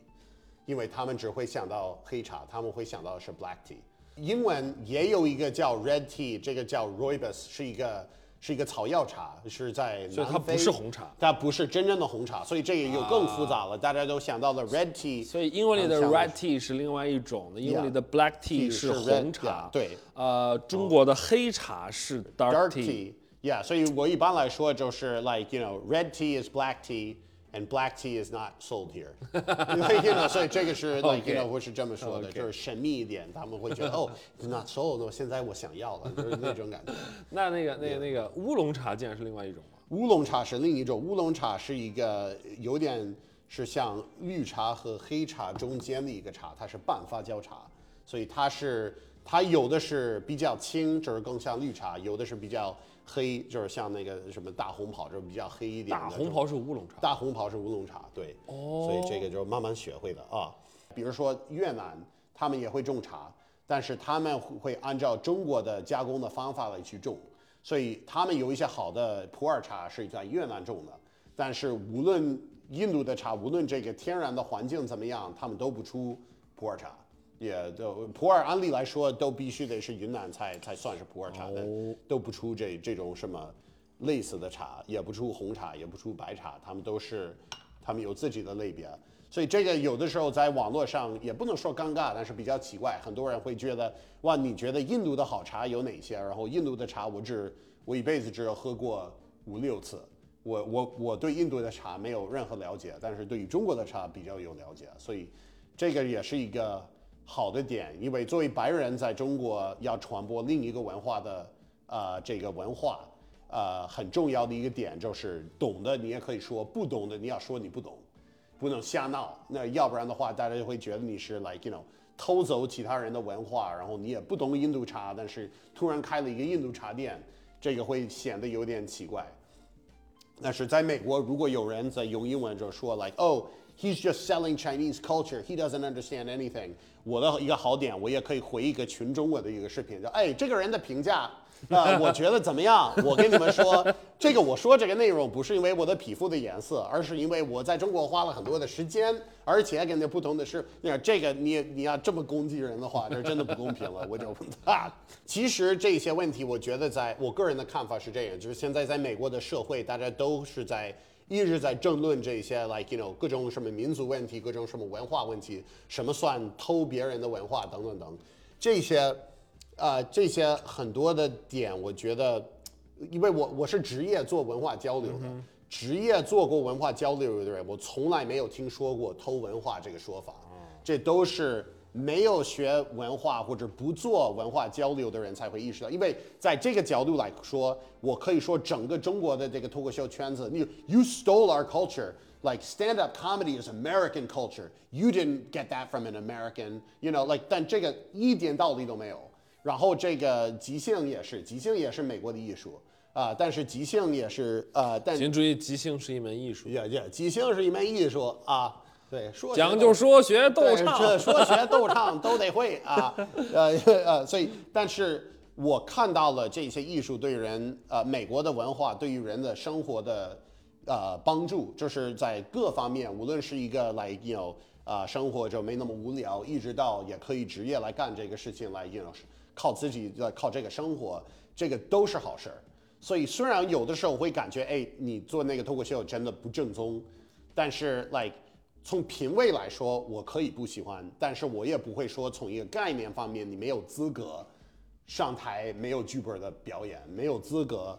Speaker 2: 因为他们只会想到黑茶，他们会想到是 black tea。英文也有一个叫 red tea，这个叫 rooibos，是一个是一个草药茶，是在
Speaker 3: 所以它
Speaker 2: 南非
Speaker 3: 不是红茶
Speaker 2: 它不是真正的红茶，所以这个又更复杂了。大家都想到了 red tea，
Speaker 3: 所以英文里
Speaker 2: 嗯
Speaker 3: 的
Speaker 2: 像
Speaker 3: red tea 啊是另外一种的，英文里的 black tea
Speaker 2: tea
Speaker 3: 是
Speaker 2: 是
Speaker 3: 红
Speaker 2: red-
Speaker 3: 茶
Speaker 2: yeah，，对，
Speaker 3: 呃，中国的黑茶是 dark
Speaker 2: dark
Speaker 3: tea，
Speaker 2: tea。Yeah，所以我一般来说就是 like you know red tea is black tea and black tea is not sold here。like, you know，所以这个是 like you
Speaker 3: Okay.
Speaker 2: know 我是这么说的
Speaker 3: Okay.
Speaker 2: 就是神秘一点，他们会觉得哦 Oh, it's not sold，那我现在我想要了，就是那种感觉。
Speaker 3: 那那个那个那个乌龙茶竟然是另外一种吗？
Speaker 2: 乌龙茶是另一种，乌龙茶是一个有点是像绿茶和黑茶中间的一个茶，它是半发酵茶，所以它是它有的是比较清，就是更像绿茶；有的是比较黑，就是像那个什么大红袍，就是比较黑一点的
Speaker 3: 大
Speaker 2: 那种。
Speaker 3: 红袍是乌龙茶，
Speaker 2: 大红袍是乌龙茶，对，哦，所以这个就是慢慢学会的啊。比如说越南，他们也会种茶，但是他们会按照中国的加工的方法来去种，所以他们有一些好的普洱茶是在越南种的，但是无论印度的茶，无论这个天然的环境怎么样，他们都不出普洱茶。也都普洱，按理来说都必须得是云南才才算是普洱茶的，都不出这这种什么类似的茶，也不出红茶，也不出白茶，他们都是他们有自己的类别。所以这个有的时候在网络上也不能说尴尬，但是比较奇怪，很多人会觉得哇，你觉得印度的好茶有哪些？然后印度的茶我只我一辈子只有喝过五六次，我我我对印度的茶没有任何了解，但是对于中国的茶比较有了解，所以这个也是一个好的点，因为作为白人在中国要传播另一个文化的呃这个文化，呃很重要的一个点就是懂的你也可以说，不懂的你要说你不懂，不能瞎闹，那要不然的话大家就会觉得你是 like you know 偷走其他人的文化，然后你也不懂印度茶，但是突然开了一个印度茶店，这个会显得有点奇怪。但是在美国，如果有人在用英文就说 like oh he's just selling Chinese culture, he doesn't understand anything。我的一个好点，我也可以回一个群中文的一个视频，就哎这个人的评价。呃，我觉得怎么样？我跟你们说， 这个我说这个内容不是因为我的皮肤的颜色，而是因为我在中国花了很多的时间，而且跟那不同的是，那这个你你要这么攻击人的话，这真的不公 平了。我就啊，其实这些问题，我觉得在我个人的看法是这样，就是现在在美国的社会，大家都是在一直在争论这些，like you know 各种什么民族问题，各种什么文化问题，什么算偷别人的文化等等等，这些。啊，这些很多的点，我觉得，因为我我是职业做文化交流的，职业做过文化交流的人，我从来没有听说过偷文化这个说法，这都是没有学文化或者不做文化交流的人才会意识到，因为在这个角度来说，我可以说整个中国的这个脱口秀圈子，你 you stole our culture。Like stand up comedy is American culture. You didn't get that from an American, you know, like 但这个一点道理都没有。然后这个即兴也是，即兴也是美国的艺术啊、但是即兴也是呃，但
Speaker 3: 请注意，即兴是一门艺术，
Speaker 2: 也也即兴是一门艺术啊，对，说
Speaker 3: 讲究说学
Speaker 2: 对
Speaker 3: 逗唱，
Speaker 2: 这说学逗唱都得会啊，呃呃，所以但是我看到了这些艺术对人呃美国的文化对于人的生活的呃帮助，就是在各方面，无论是一个来 you know 呃生活就没那么无聊，一直到也可以职业来干这个事情来 you know 靠自己呃靠这个生活，这个都是好事儿。所以虽然有的时候会感觉，哎，你做那个脱口秀真的不正宗，但是 like 从品味来说，我可以不喜欢，但是我也不会说从一个概念方面你没有资格上台，没有剧本的表演，没有资格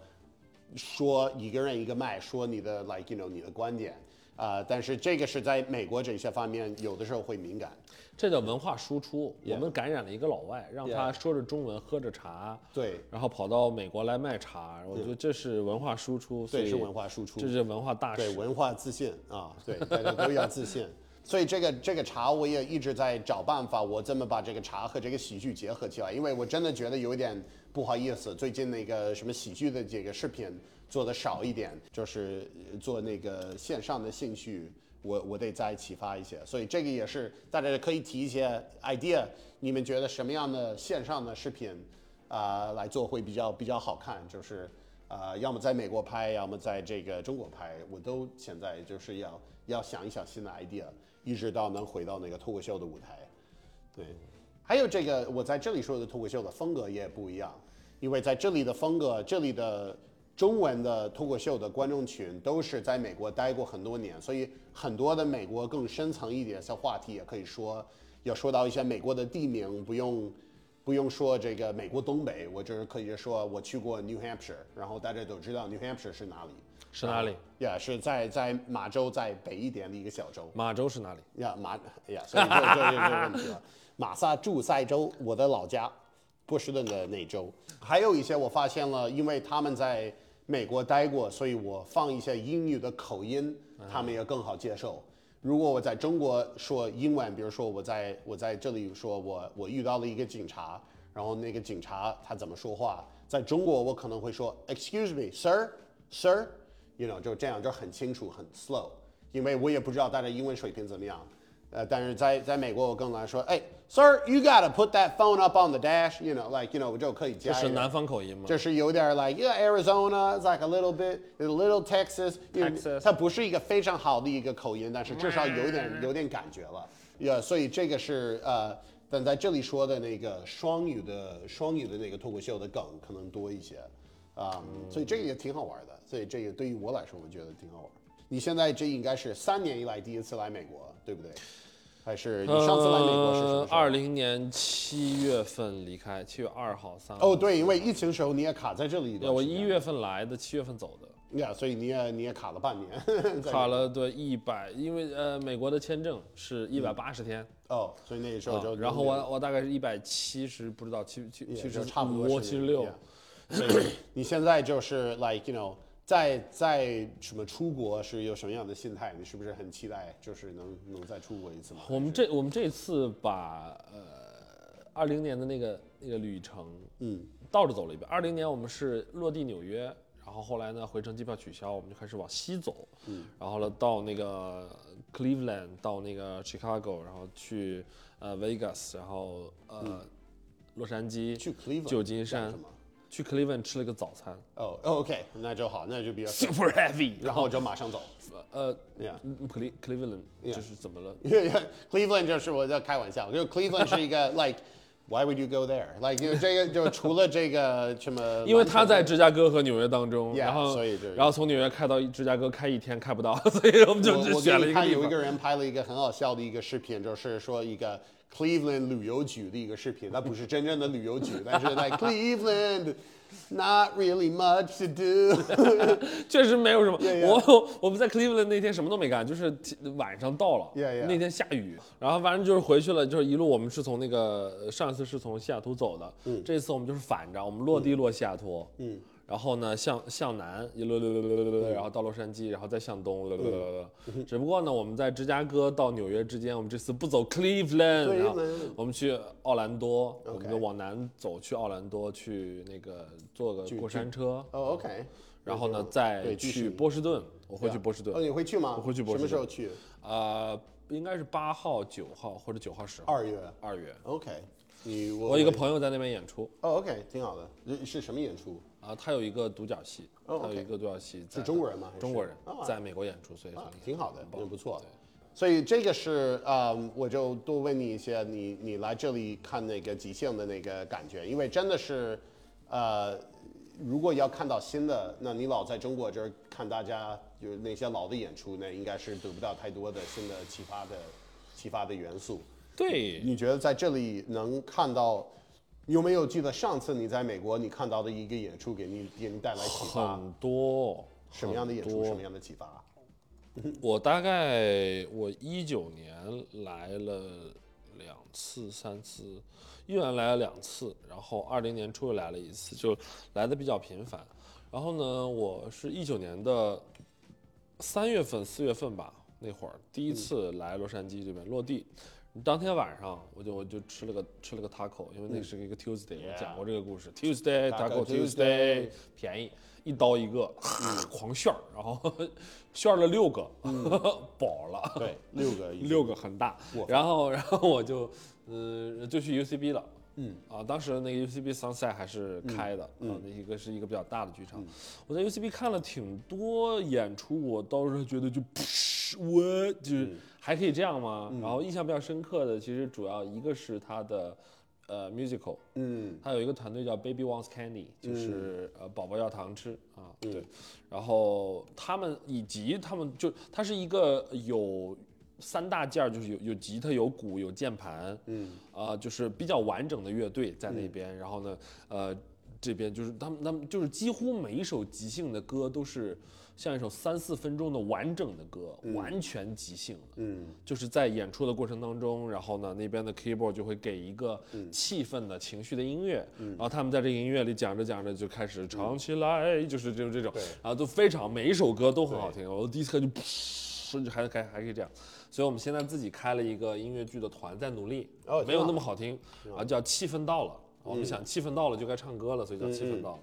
Speaker 2: 说一个人一个麦，说你的 like you know 你的观点。啊、但是这个是在美国这些方面有的时候会敏感，
Speaker 3: 这叫文化输出。我们感染了一个老外，让
Speaker 2: Yeah
Speaker 3: 他说着中文，喝着茶，
Speaker 2: 对
Speaker 3: 然后跑到美国来卖茶，我觉得这是文化输出，所
Speaker 2: 对，
Speaker 3: 以
Speaker 2: 是文化输出，
Speaker 3: 这是文化大
Speaker 2: 对
Speaker 3: 使。
Speaker 2: 文化自信啊，对，大家都要自信。 所以这个这个茶我也一直在找办法，我怎么把这个茶和这个喜剧结合起来？因为我真的觉得有一点不好意思，最近那个什么喜剧的这个视频做的少一点，就是呃做那个线上的兴趣，我我得再启发一些。所以这个也是大家可以提一些 idea，你们觉得什么样的线上的视频啊、来做会比较比较好看？就是呃，要么在美国拍，要么在这个中国拍，我都现在就是要要想一想新的 idea，一直到能回到那个脱口秀的舞台。对，还有这个我在这里说的脱口秀的风格也不一样，因为在这里的风格，这里的中文的脱口秀的观众群都是在美国待过很多年，所以很多的美国更深层一点的话题也可以说，要说到一些美国的地名，不用。不用说这个美国东北，我就是可以说我去过 New Hampshire，然后大家都知道 New Hampshire 是哪里，
Speaker 3: 是哪里？
Speaker 2: 也、是在在马州再北一点的一个小州。
Speaker 3: 马州是哪里？
Speaker 2: 呀马哎呀，所以就就就这个问题了。马萨诸塞州，我的老家，波士顿的那州，还有一些我发现了，因为他们在美国待过，所以我放一些英语的口音，他们也更好接受。如果我在中国说英文，比如说我在我在这里说我我遇到了一个警察，然后那个警察他怎么说话，在中国我可能会说 Excuse me, sir, sir, you know，就这样就很清楚很 slow，因为我也不知道大家英文水平怎么样。呃，但是在在美国我更来说，哎，sir, you gotta put that phone up on the dash, you know, like you know，我就可以加
Speaker 3: 这
Speaker 2: 一
Speaker 3: 是
Speaker 2: 个
Speaker 3: 南方口音吗？
Speaker 2: 这是有点儿 like yeah Arizona, it's like a little bit, a little Texas. you know,
Speaker 3: Texas
Speaker 2: 它不是一个非常好的一个口音，但是至少有点有点感觉了。yeah,，所以这个是呃，但在这里说的那个双语的双语的那个脱口秀的梗可能多一些，啊、所以这个也挺好玩的。所以这个对于我来说，我觉得挺好玩。你现在这应该是三年以来第一次来美国，对不对？还是你上次来美国是什么时候？
Speaker 3: 呃二零年七月份离开，七月二号、三号。
Speaker 2: 哦，对，因为疫情时候你也卡在这里一
Speaker 3: 对，
Speaker 2: 段
Speaker 3: 我
Speaker 2: 时间，
Speaker 3: 一月份来的，七月份走的，
Speaker 2: 呀所以你也你也卡了半年，在
Speaker 3: 卡了对一百，因为呃美国的签证是一百八十天，
Speaker 2: 哦，所以那时候就、
Speaker 3: 啊然后我我大概是一百七十，不知道七七
Speaker 2: 也
Speaker 3: 七
Speaker 2: 就
Speaker 3: 十
Speaker 2: 差不
Speaker 3: 五
Speaker 2: 多是
Speaker 3: 七十六，
Speaker 2: 那个 yeah 所以你现在就是 like you know，在在什么出国是有什么样的心态？你是不是很期待就是能能再出国一次吗？
Speaker 3: 我们这我们这次把呃二零年的那个那个旅程，嗯，倒着走了一遍。二零年我们是落地纽约，然后后来呢回程机票取消，我们就开始往西走，嗯，然后呢到那个 Cleveland，到那个 Chicago，然后去呃 Vegas，然后呃、洛杉矶，
Speaker 2: 嗯去 Cleveland
Speaker 3: 旧金
Speaker 2: 干
Speaker 3: 山
Speaker 2: 什么，
Speaker 3: 去 Cleveland 吃了个早餐
Speaker 2: 哦、o k 那就好，那就比较，
Speaker 3: ，super heavy，
Speaker 2: 然后我就马 上走。
Speaker 3: 呃
Speaker 2: Yeah
Speaker 3: ，Cle Cleveland 就是怎么了？
Speaker 2: 因为 Cleveland 就是我在开玩笑，就是 Cleveland 是一个 like。Why would you go there? Like 因为这个就除了这个什么，
Speaker 3: 因为他在芝加哥和纽约当中，
Speaker 2: Yeah，
Speaker 3: 然后
Speaker 2: 所以就
Speaker 3: 然后从纽约开到芝加哥开一天开不到，所以我们就
Speaker 2: 我
Speaker 3: 只
Speaker 2: 我
Speaker 3: 选了
Speaker 2: 给
Speaker 3: 一
Speaker 2: 你
Speaker 3: 个
Speaker 2: 看
Speaker 3: 地
Speaker 2: 有一
Speaker 3: 方
Speaker 2: 个。人拍了一个很好笑的一个视频，就是说一个 Cleveland 旅游局的一个视频，那不是真正的旅游局，但是在 Cleveland。Not really much to do
Speaker 3: 确实没有什么。
Speaker 2: Yeah, yeah.
Speaker 3: 我 我们在 Cleveland 那天什么都没干，就是提晚上到了
Speaker 2: Yeah, yeah.
Speaker 3: 那天下雨，然后反正就是回去了，就是一路我们是从那个呃上一次是从西雅图走的，
Speaker 2: 嗯
Speaker 3: 这次我们就是反着，我们落地落西雅图，嗯，然后呢向向南一路溜溜溜溜
Speaker 2: 嗯
Speaker 3: 溜溜，然后到洛杉矶，然后再向东溜溜溜溜溜。嗯只不过呢，我们在芝加哥到纽约之间，我们这次不走 Cleveland，
Speaker 2: Cleveland
Speaker 3: 然后我们去奥兰多，我
Speaker 2: OK
Speaker 3: 们就往南走去奥兰多，去那个坐个
Speaker 2: 去
Speaker 3: 过山车，
Speaker 2: 哦，OK、o k
Speaker 3: 然后呢，再
Speaker 2: 对继
Speaker 3: 去
Speaker 2: 续
Speaker 3: 波士顿，我会去波士
Speaker 2: 哦，
Speaker 3: 顿，
Speaker 2: 你会去吗？
Speaker 3: 我会去波士顿
Speaker 2: 什么时候去？
Speaker 3: 呃，应该是八号、九号或者九号、十号，
Speaker 2: 二月。
Speaker 3: 二月。
Speaker 2: OK，你我
Speaker 3: 我有一个朋友在那边演出，
Speaker 2: 哦，OK，挺好的。是是什么演出？
Speaker 3: 啊，他有一个独角戏，他
Speaker 2: 哦
Speaker 3: 有
Speaker 2: OK
Speaker 3: 一个独角戏在，
Speaker 2: 是中国人吗还是
Speaker 3: 中国人
Speaker 2: 哦啊
Speaker 3: 在美国演出，所以很
Speaker 2: 啊
Speaker 3: 厉害
Speaker 2: 挺好的
Speaker 3: 很，棒
Speaker 2: 也不错。所以这个是啊、嗯我就多问你一些，你你来这里看那个即兴的那个感觉，因为真的是，呃，如果要看到新的，那你老在中国这儿看大家就是那些老的演出，那应该是得不到太多的新的启发的启发的元素。
Speaker 3: 对，
Speaker 2: 你觉得在这里能看到，有没有记得上次你在美国你看到的一个演出给你给你带来启发？
Speaker 3: 很多
Speaker 2: 什么样的演
Speaker 3: 很
Speaker 2: 出？
Speaker 3: 多
Speaker 2: 什么样的启发？
Speaker 3: 我大概我一九年来了两次、三次，一九年来了两次，然后二零年初又来了一次，就来的比较频繁。然后呢，我是一九年的三月份、四月份吧，那会儿第一次来洛杉矶这边落地。当天晚上，我就我就吃了个吃了个 taco，因为那是一个 Tuesday，、我讲过这个故事，Tuesday
Speaker 2: Taco
Speaker 3: 嗯 taco
Speaker 2: Tuesday
Speaker 3: Tuesday，便宜，一刀一个，狂炫儿，然后炫儿了六个， 饱了。
Speaker 2: 对，六个已经
Speaker 3: 六个很大，然后然后我就，呃，就去 UCB 了。嗯啊，当时那个 UCB Sunset 还是开的，啊，那一个是一个比较大的剧场。我在 UCB 看了挺多演出，我当时觉得就，我就是还可以这样吗？然后印象比较深刻的，其实主要一个是他的，呃，musical，
Speaker 2: 嗯
Speaker 3: 他有一个团队叫 Baby Wants Candy，就是、呃宝宝要糖吃啊，对。然后他们以及他们就它是一个有三大件儿，就是有有吉他、有鼓、有键盘，嗯，啊、就是比较完整的乐队在那边。然后呢，呃，这边就是他们他们就是几乎每一首即兴的歌都是像一首三四分钟的完整的歌，完全即兴的，
Speaker 2: 嗯，
Speaker 3: 就是在演出的过程当中，然后呢，那边的 keyboard 就会给一个气氛的情绪的音乐，然后他们在这个音乐里讲着讲着就开始唱起来，就是这种这种，然后都非常每一首歌都很好听，我第一次看就噗，甚至还还还可以这样，所以我们现在自己开了一个音乐剧的团在努力，
Speaker 2: 哦
Speaker 3: 没有那么好嗯听，啊，叫气氛到了，我们想气氛到了就该唱歌了，所以叫气氛到了。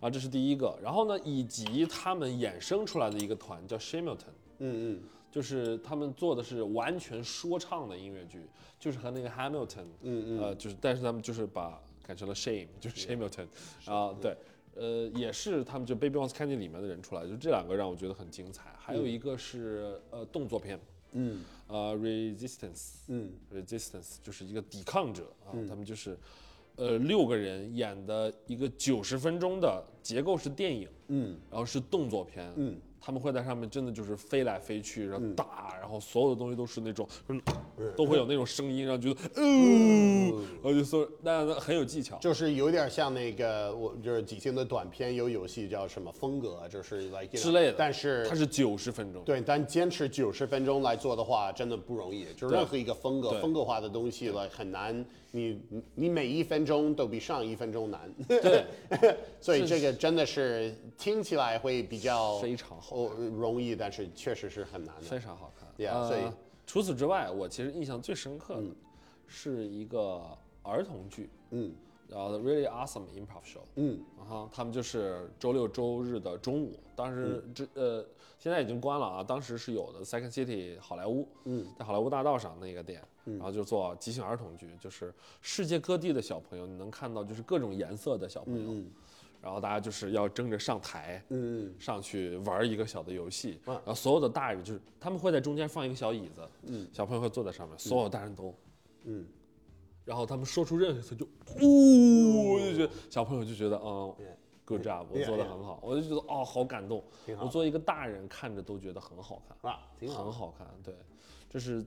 Speaker 3: 然后这是第一个，然后呢，以及他们衍生出来的一个团叫 Shimilton，
Speaker 2: 嗯嗯，
Speaker 3: 就是他们做的是完全说唱的音乐剧，就是和那个 Hamilton，嗯嗯，呃，就是但是他们就是把改成了 Shame，就是 Shamilton，啊、对，呃，也是他们就 Baby Wants Candy 里面的人出来，就这两个让我觉得很精彩，还有一个是、呃动作片，嗯，呃 Resistance，嗯，Resistance 就是一个抵抗者啊，他们就是。呃，六个人演的一个九十分钟的结构是电影，嗯，然后是动作片，嗯，他们会在上面真的就是飞来飞去，然后打，然后所有的东西都是那种，都会有那种声音，让觉得，嗯，然后就说，那那很有技巧，
Speaker 2: 就是有点像那个我就是即兴的短片，有游戏叫什么风格，就是来、like, you know，
Speaker 3: 之类的
Speaker 2: 但是
Speaker 3: 它是九十分钟，
Speaker 2: 对，但坚持九十分钟来做的话，真的不容易。就是任何一个风格
Speaker 3: 对
Speaker 2: 风格化的东西了，很难。你你你每一分钟都比上一分钟难。
Speaker 3: 对，
Speaker 2: 所以这个真的是听起来会比较
Speaker 3: 非常好
Speaker 2: 哦容易，但是确实是很难
Speaker 3: 非
Speaker 2: 的。
Speaker 3: 常好看。
Speaker 2: Yeah，所以
Speaker 3: 呃除此之外，我其实印象最深刻的是一个儿童剧，
Speaker 2: 嗯
Speaker 3: 然后 Really Awesome Improv Show，
Speaker 2: 嗯
Speaker 3: 然后他们就是周六周日的中午，当时
Speaker 2: 嗯
Speaker 3: 这、呃现在已经关了啊，当时是有的 Second City 好莱坞，嗯，在好莱坞大道上那个店，
Speaker 2: 嗯
Speaker 3: 然后就做即兴儿童剧，就是世界各地的小朋友，你能看到就是各种颜色的小朋友，然后大家就是要争着上台，
Speaker 2: 嗯，
Speaker 3: 上去玩一个小的游戏，然后所有的大人就是他们会在中间放一个小椅子，嗯，小朋友会坐在上面，所有大人都，
Speaker 2: 嗯，
Speaker 3: 然后他们说出任何词就，呜，就觉得小朋友就觉得嗯。Good job，我
Speaker 2: Yeah,
Speaker 3: 做的
Speaker 2: yeah
Speaker 3: 很好，我就觉得哦，好感动。我作为一个大人看着都觉得很好看，
Speaker 2: 啊，挺好。
Speaker 3: 很好看。对，这是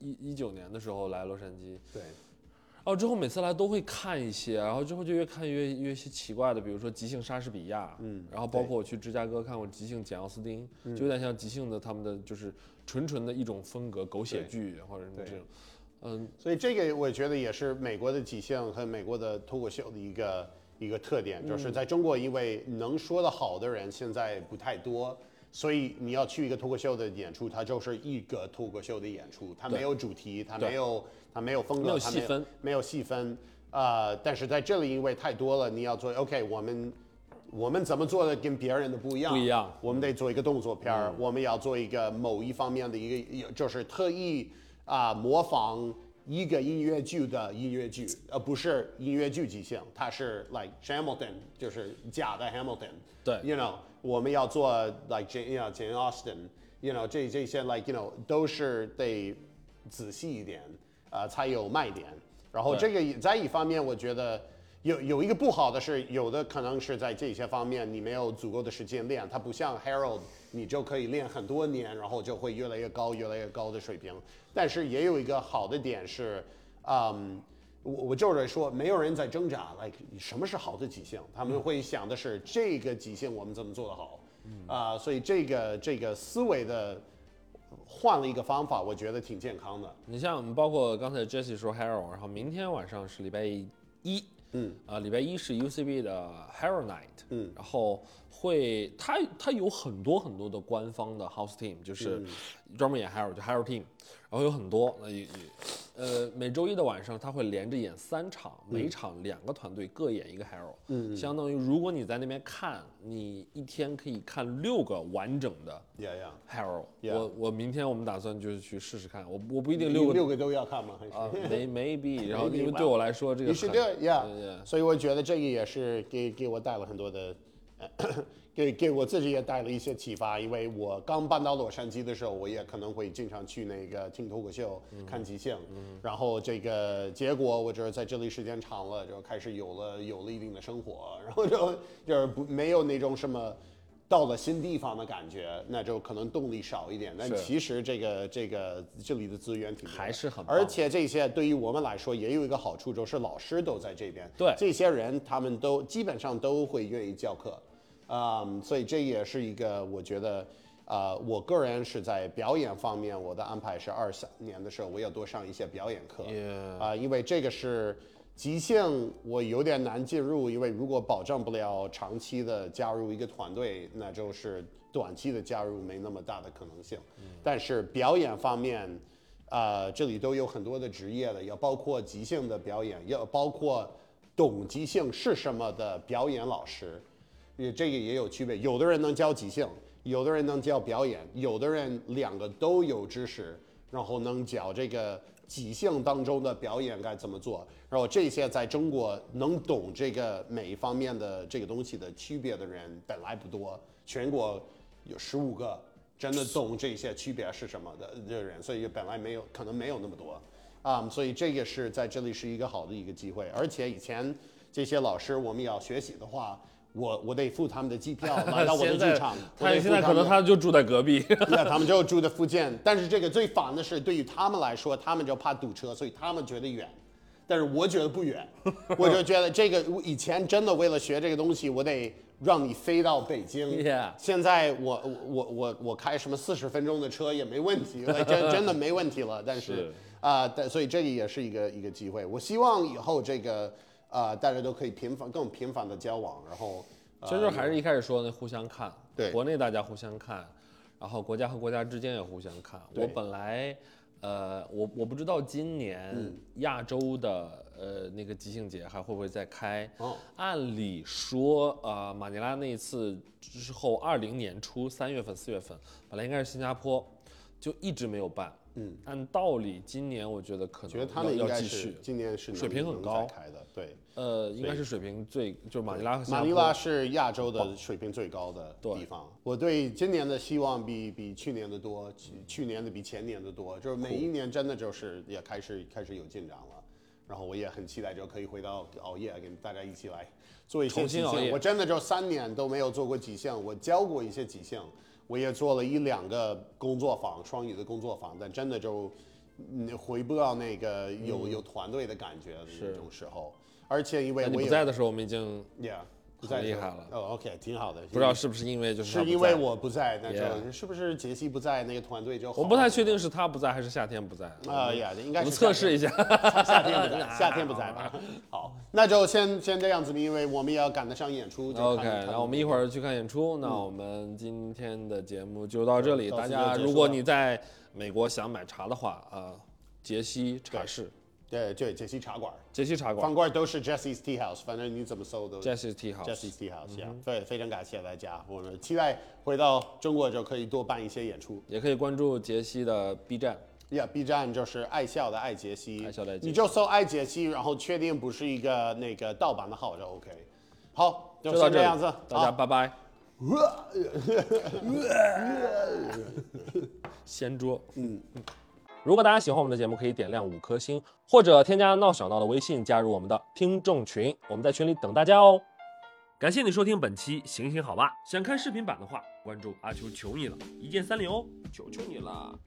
Speaker 3: 一一九年的时候来洛杉矶，
Speaker 2: 对，
Speaker 3: 然后哦之后每次来都会看一些，然后之后就越看越越一些奇怪的，比如说即兴莎士比亚，嗯，然后包括我去芝加哥看过即兴简奥斯汀，就有点像即兴的他们的就是纯纯的一种风格，狗血剧或者什么这种，嗯，
Speaker 2: 所以这个我觉得也是美国的即兴和美国的脱口秀的一个一个特点，
Speaker 3: 嗯
Speaker 2: 就是在中国，因为能说的好的人现在不太多，所以你要去一个脱口秀的演出，它就是一个脱口秀的演出，它没有主题，它
Speaker 3: 对
Speaker 2: 没有它没有风
Speaker 3: 没
Speaker 2: 格，
Speaker 3: 有
Speaker 2: 它
Speaker 3: 细分
Speaker 2: 没有细分。呃，但是在这里因为太多了，你要做 OK，我们我们怎么做的跟别人的不一样，
Speaker 3: 不一样嗯
Speaker 2: 我们得做一个动作片儿，我们也要做一个某一方面的一个，有就是特意啊、模仿一个音乐剧的音乐剧，而不是音乐剧即兴，它是 like Hamilton，就是假的 Hamilton。
Speaker 3: 对
Speaker 2: ，you know，我们要做 like Jane，you know Jane Austen，you know 这这些 like you know 都是得仔细一点，呃，才有卖点。然后这个也在一方面，我觉得有有一个不好的是，有的可能是在这些方面你没有足够的时间练，它不像 Harold，你就可以练很多年，然后就会越来越高、越来越高的水平。但是也有一个好的点是，嗯。我我就是说，没有人在挣扎，like 什么是好的即兴？他们会想的是这个即兴我们怎么做得好，啊、所以这个这个思维的换了一个方法，我觉得挺健康的。
Speaker 3: 你像我们包括刚才 Jesse 说 Harold，然后明天晚上是礼拜一，嗯，啊、礼拜一是 UCB 的 Harold Night，嗯，然后会它它有很多很多的官方的 House Team，就是专门演 Harold 就 Harold Team，然后有很多，那也也呃每周一的晚上他会连着演三场，每场两个团队各演一个 Harold，嗯，相当于如果你在那边看，你一天可以看六个完整的。
Speaker 2: Yeah, yeah。
Speaker 3: Harold，
Speaker 2: Yeah
Speaker 3: 我我明天我们打算就是去试试看，我我不一定
Speaker 2: 你
Speaker 3: 六个
Speaker 2: 六个都要看吗？还是？
Speaker 3: 啊，没没必，然后因为对我来说这个
Speaker 2: 你是
Speaker 3: 很
Speaker 2: 对呀
Speaker 3: 对，
Speaker 2: 所以我觉得这个也是给给我带了很多的， 呃给给我自己也带了一些启发。因为我刚搬到洛杉矶的时候，我也可能会经常去那个听脱口秀、
Speaker 3: 嗯
Speaker 2: 看即兴，然后这个结果我就是在这里时间长了，就开始有了有了一定的生活， 然后就就是不没有那种什么。到了新地方的感觉，那就可能动力少一点。但
Speaker 3: 是
Speaker 2: 其实这个这个这里的资源挺多的
Speaker 3: 还是很棒
Speaker 2: 而且。而且这些对于我们来说也有一个好处，就是老师都在这边，
Speaker 3: 对
Speaker 2: 这些人他们都基本上都会愿意教课，啊、所以这也是一个我觉得，呃，我个人是在表演方面，我的安排是二三年的时候我要多上一些表演课，啊
Speaker 3: Yeah
Speaker 2: 因为这个是。即兴我有点难进入，因为如果保证不了长期的加入一个团队，那就是短期的加入没那么大的可能性。但是表演方面，呃，这里都有很多的职业的，要包括即兴的表演，要包括懂即兴是什么的表演老师，也这个也有区别。有的人能教即兴，有的人能教表演，有的人两个都有知识，然后能教这个即兴当中的表演该怎么做。然后这些在中国能懂这个每一方面的这个东西的区别的人本来不多，全国有十五个真的懂这些区别是什么的的人，所以本来没有可能没有那么多啊、所以这个是在这里是一个好的一个机会，而且以前这些老师我们要学习的话。我我得付他们的机 票来到我的
Speaker 3: 现
Speaker 2: 剧
Speaker 3: 在
Speaker 2: 场，我
Speaker 3: 他
Speaker 2: 得
Speaker 3: 现
Speaker 2: 付
Speaker 3: 在可
Speaker 2: 们
Speaker 3: 能他就住在隔壁，
Speaker 2: 那他们就住的附近，但是这个最烦的是，对于他们来说，他们就怕堵车，所以他们觉得远。但是我觉得不 远，我就觉得这个我以前真的为了学这个东西，我得让你飞到北京。
Speaker 3: Yeah
Speaker 2: 现在我我我我我开什么四十分钟的车也没问题， 了，真真的没问题了。但是
Speaker 3: 是
Speaker 2: 啊、但所以这个也是一个一个机会。我希望以后这个啊、大家都可以频繁更频繁的交往，然后、呃
Speaker 3: 其实就还是一开始说的互相看，
Speaker 2: 对
Speaker 3: 国内大家互相看，然后国家和国家之间也互相看。我本来，呃，我我不知道今年
Speaker 2: 嗯
Speaker 3: 亚洲的、呃那个即兴节还会不会再开。
Speaker 2: 哦
Speaker 3: 按理说，呃，马尼拉那一次之后，二零年初三月份、四月份，本来应该是新加坡，就一直没有办。嗯，按道理今年我觉得可能
Speaker 2: 觉得他们
Speaker 3: 要
Speaker 2: 应
Speaker 3: 要
Speaker 2: 该
Speaker 3: 继
Speaker 2: 是
Speaker 3: 续，
Speaker 2: 今年是能
Speaker 3: 水平很
Speaker 2: 能
Speaker 3: 高
Speaker 2: 再开的，对。
Speaker 3: 呃，应该是水平最就是马尼拉和新加
Speaker 2: 马
Speaker 3: 坡
Speaker 2: 尼拉是亚洲的水平最高的
Speaker 3: 对
Speaker 2: 地方。我对今年的希望比比去年的多，去去年的比前年的多，就是每一年真的就是也开始开始有进展了。然后我也很期待，就可以回到熬夜，跟大家一起来做一些
Speaker 3: 重
Speaker 2: 即
Speaker 3: 新熬
Speaker 2: 兴。
Speaker 3: 夜
Speaker 2: 我真的就三年都没有做过即兴，我教过一些即兴，我也做了一两个工作坊，双语的工作坊，但真的就你回不到那个有、有团队的感觉的那种时候。而且因为
Speaker 3: 嗯那你
Speaker 2: 我
Speaker 3: 不
Speaker 2: 也
Speaker 3: 在的时候，我们已经
Speaker 2: Yeah，不在
Speaker 3: 很
Speaker 2: 的
Speaker 3: 厉
Speaker 2: 时候
Speaker 3: 害了
Speaker 2: 哦，OK，挺好的。
Speaker 3: 不知道是不是因为就是他
Speaker 2: 是
Speaker 3: 不
Speaker 2: 因为
Speaker 3: 在
Speaker 2: 我不在，那
Speaker 3: Yeah
Speaker 2: 就是不是杰西不在，那个团队就好
Speaker 3: 我不太确定是他不在还是夏天不在。
Speaker 2: 啊呀，应
Speaker 3: 我
Speaker 2: 该是
Speaker 3: 们测
Speaker 2: 夏
Speaker 3: 试一
Speaker 2: 天
Speaker 3: 下。
Speaker 2: 夏天不在，夏天不在吧？好，那就先先这样子，因为我们也要赶得上演 出。就看
Speaker 3: OK，
Speaker 2: 看
Speaker 3: 然后我们一会儿去看演出。那我们今天的节目就到这里。
Speaker 2: 嗯到
Speaker 3: 大
Speaker 2: 此就
Speaker 3: 家
Speaker 2: 结束
Speaker 3: 如果
Speaker 2: 了
Speaker 3: 你在美国想买茶的话啊、杰西茶室、
Speaker 2: 对对杰西茶馆，
Speaker 3: 杰西茶
Speaker 2: 饭
Speaker 3: 馆、
Speaker 2: 馆都是 Jesse's Tea House，反正你怎么搜都
Speaker 3: Jessie Tea House。嗯
Speaker 2: Jesse's Tea House 呀。对，非常感谢大家，我们期待回到中国就可以多办一些演出。
Speaker 3: 也可以关注杰西的 B 站，
Speaker 2: 呀、b 站就是爱笑的爱杰西，
Speaker 3: 爱笑的爱杰西
Speaker 2: 你就搜爱杰西，然后确定不是一个那个盗版的号就 OK。好，就
Speaker 3: 就到
Speaker 2: 先
Speaker 3: 这
Speaker 2: 这
Speaker 3: 里
Speaker 2: 样子，
Speaker 3: 大家
Speaker 2: 好
Speaker 3: 拜拜。掀桌，嗯。如果大家喜欢我们的节目，可以点亮五颗星，或者添加闹小闹的微信，加入我们的听众群，我们在群里等大家哦。
Speaker 1: 感谢你收听本期《行行好吧》，想看视频版的话，关注阿球求你了，一键三连哦，求求你了。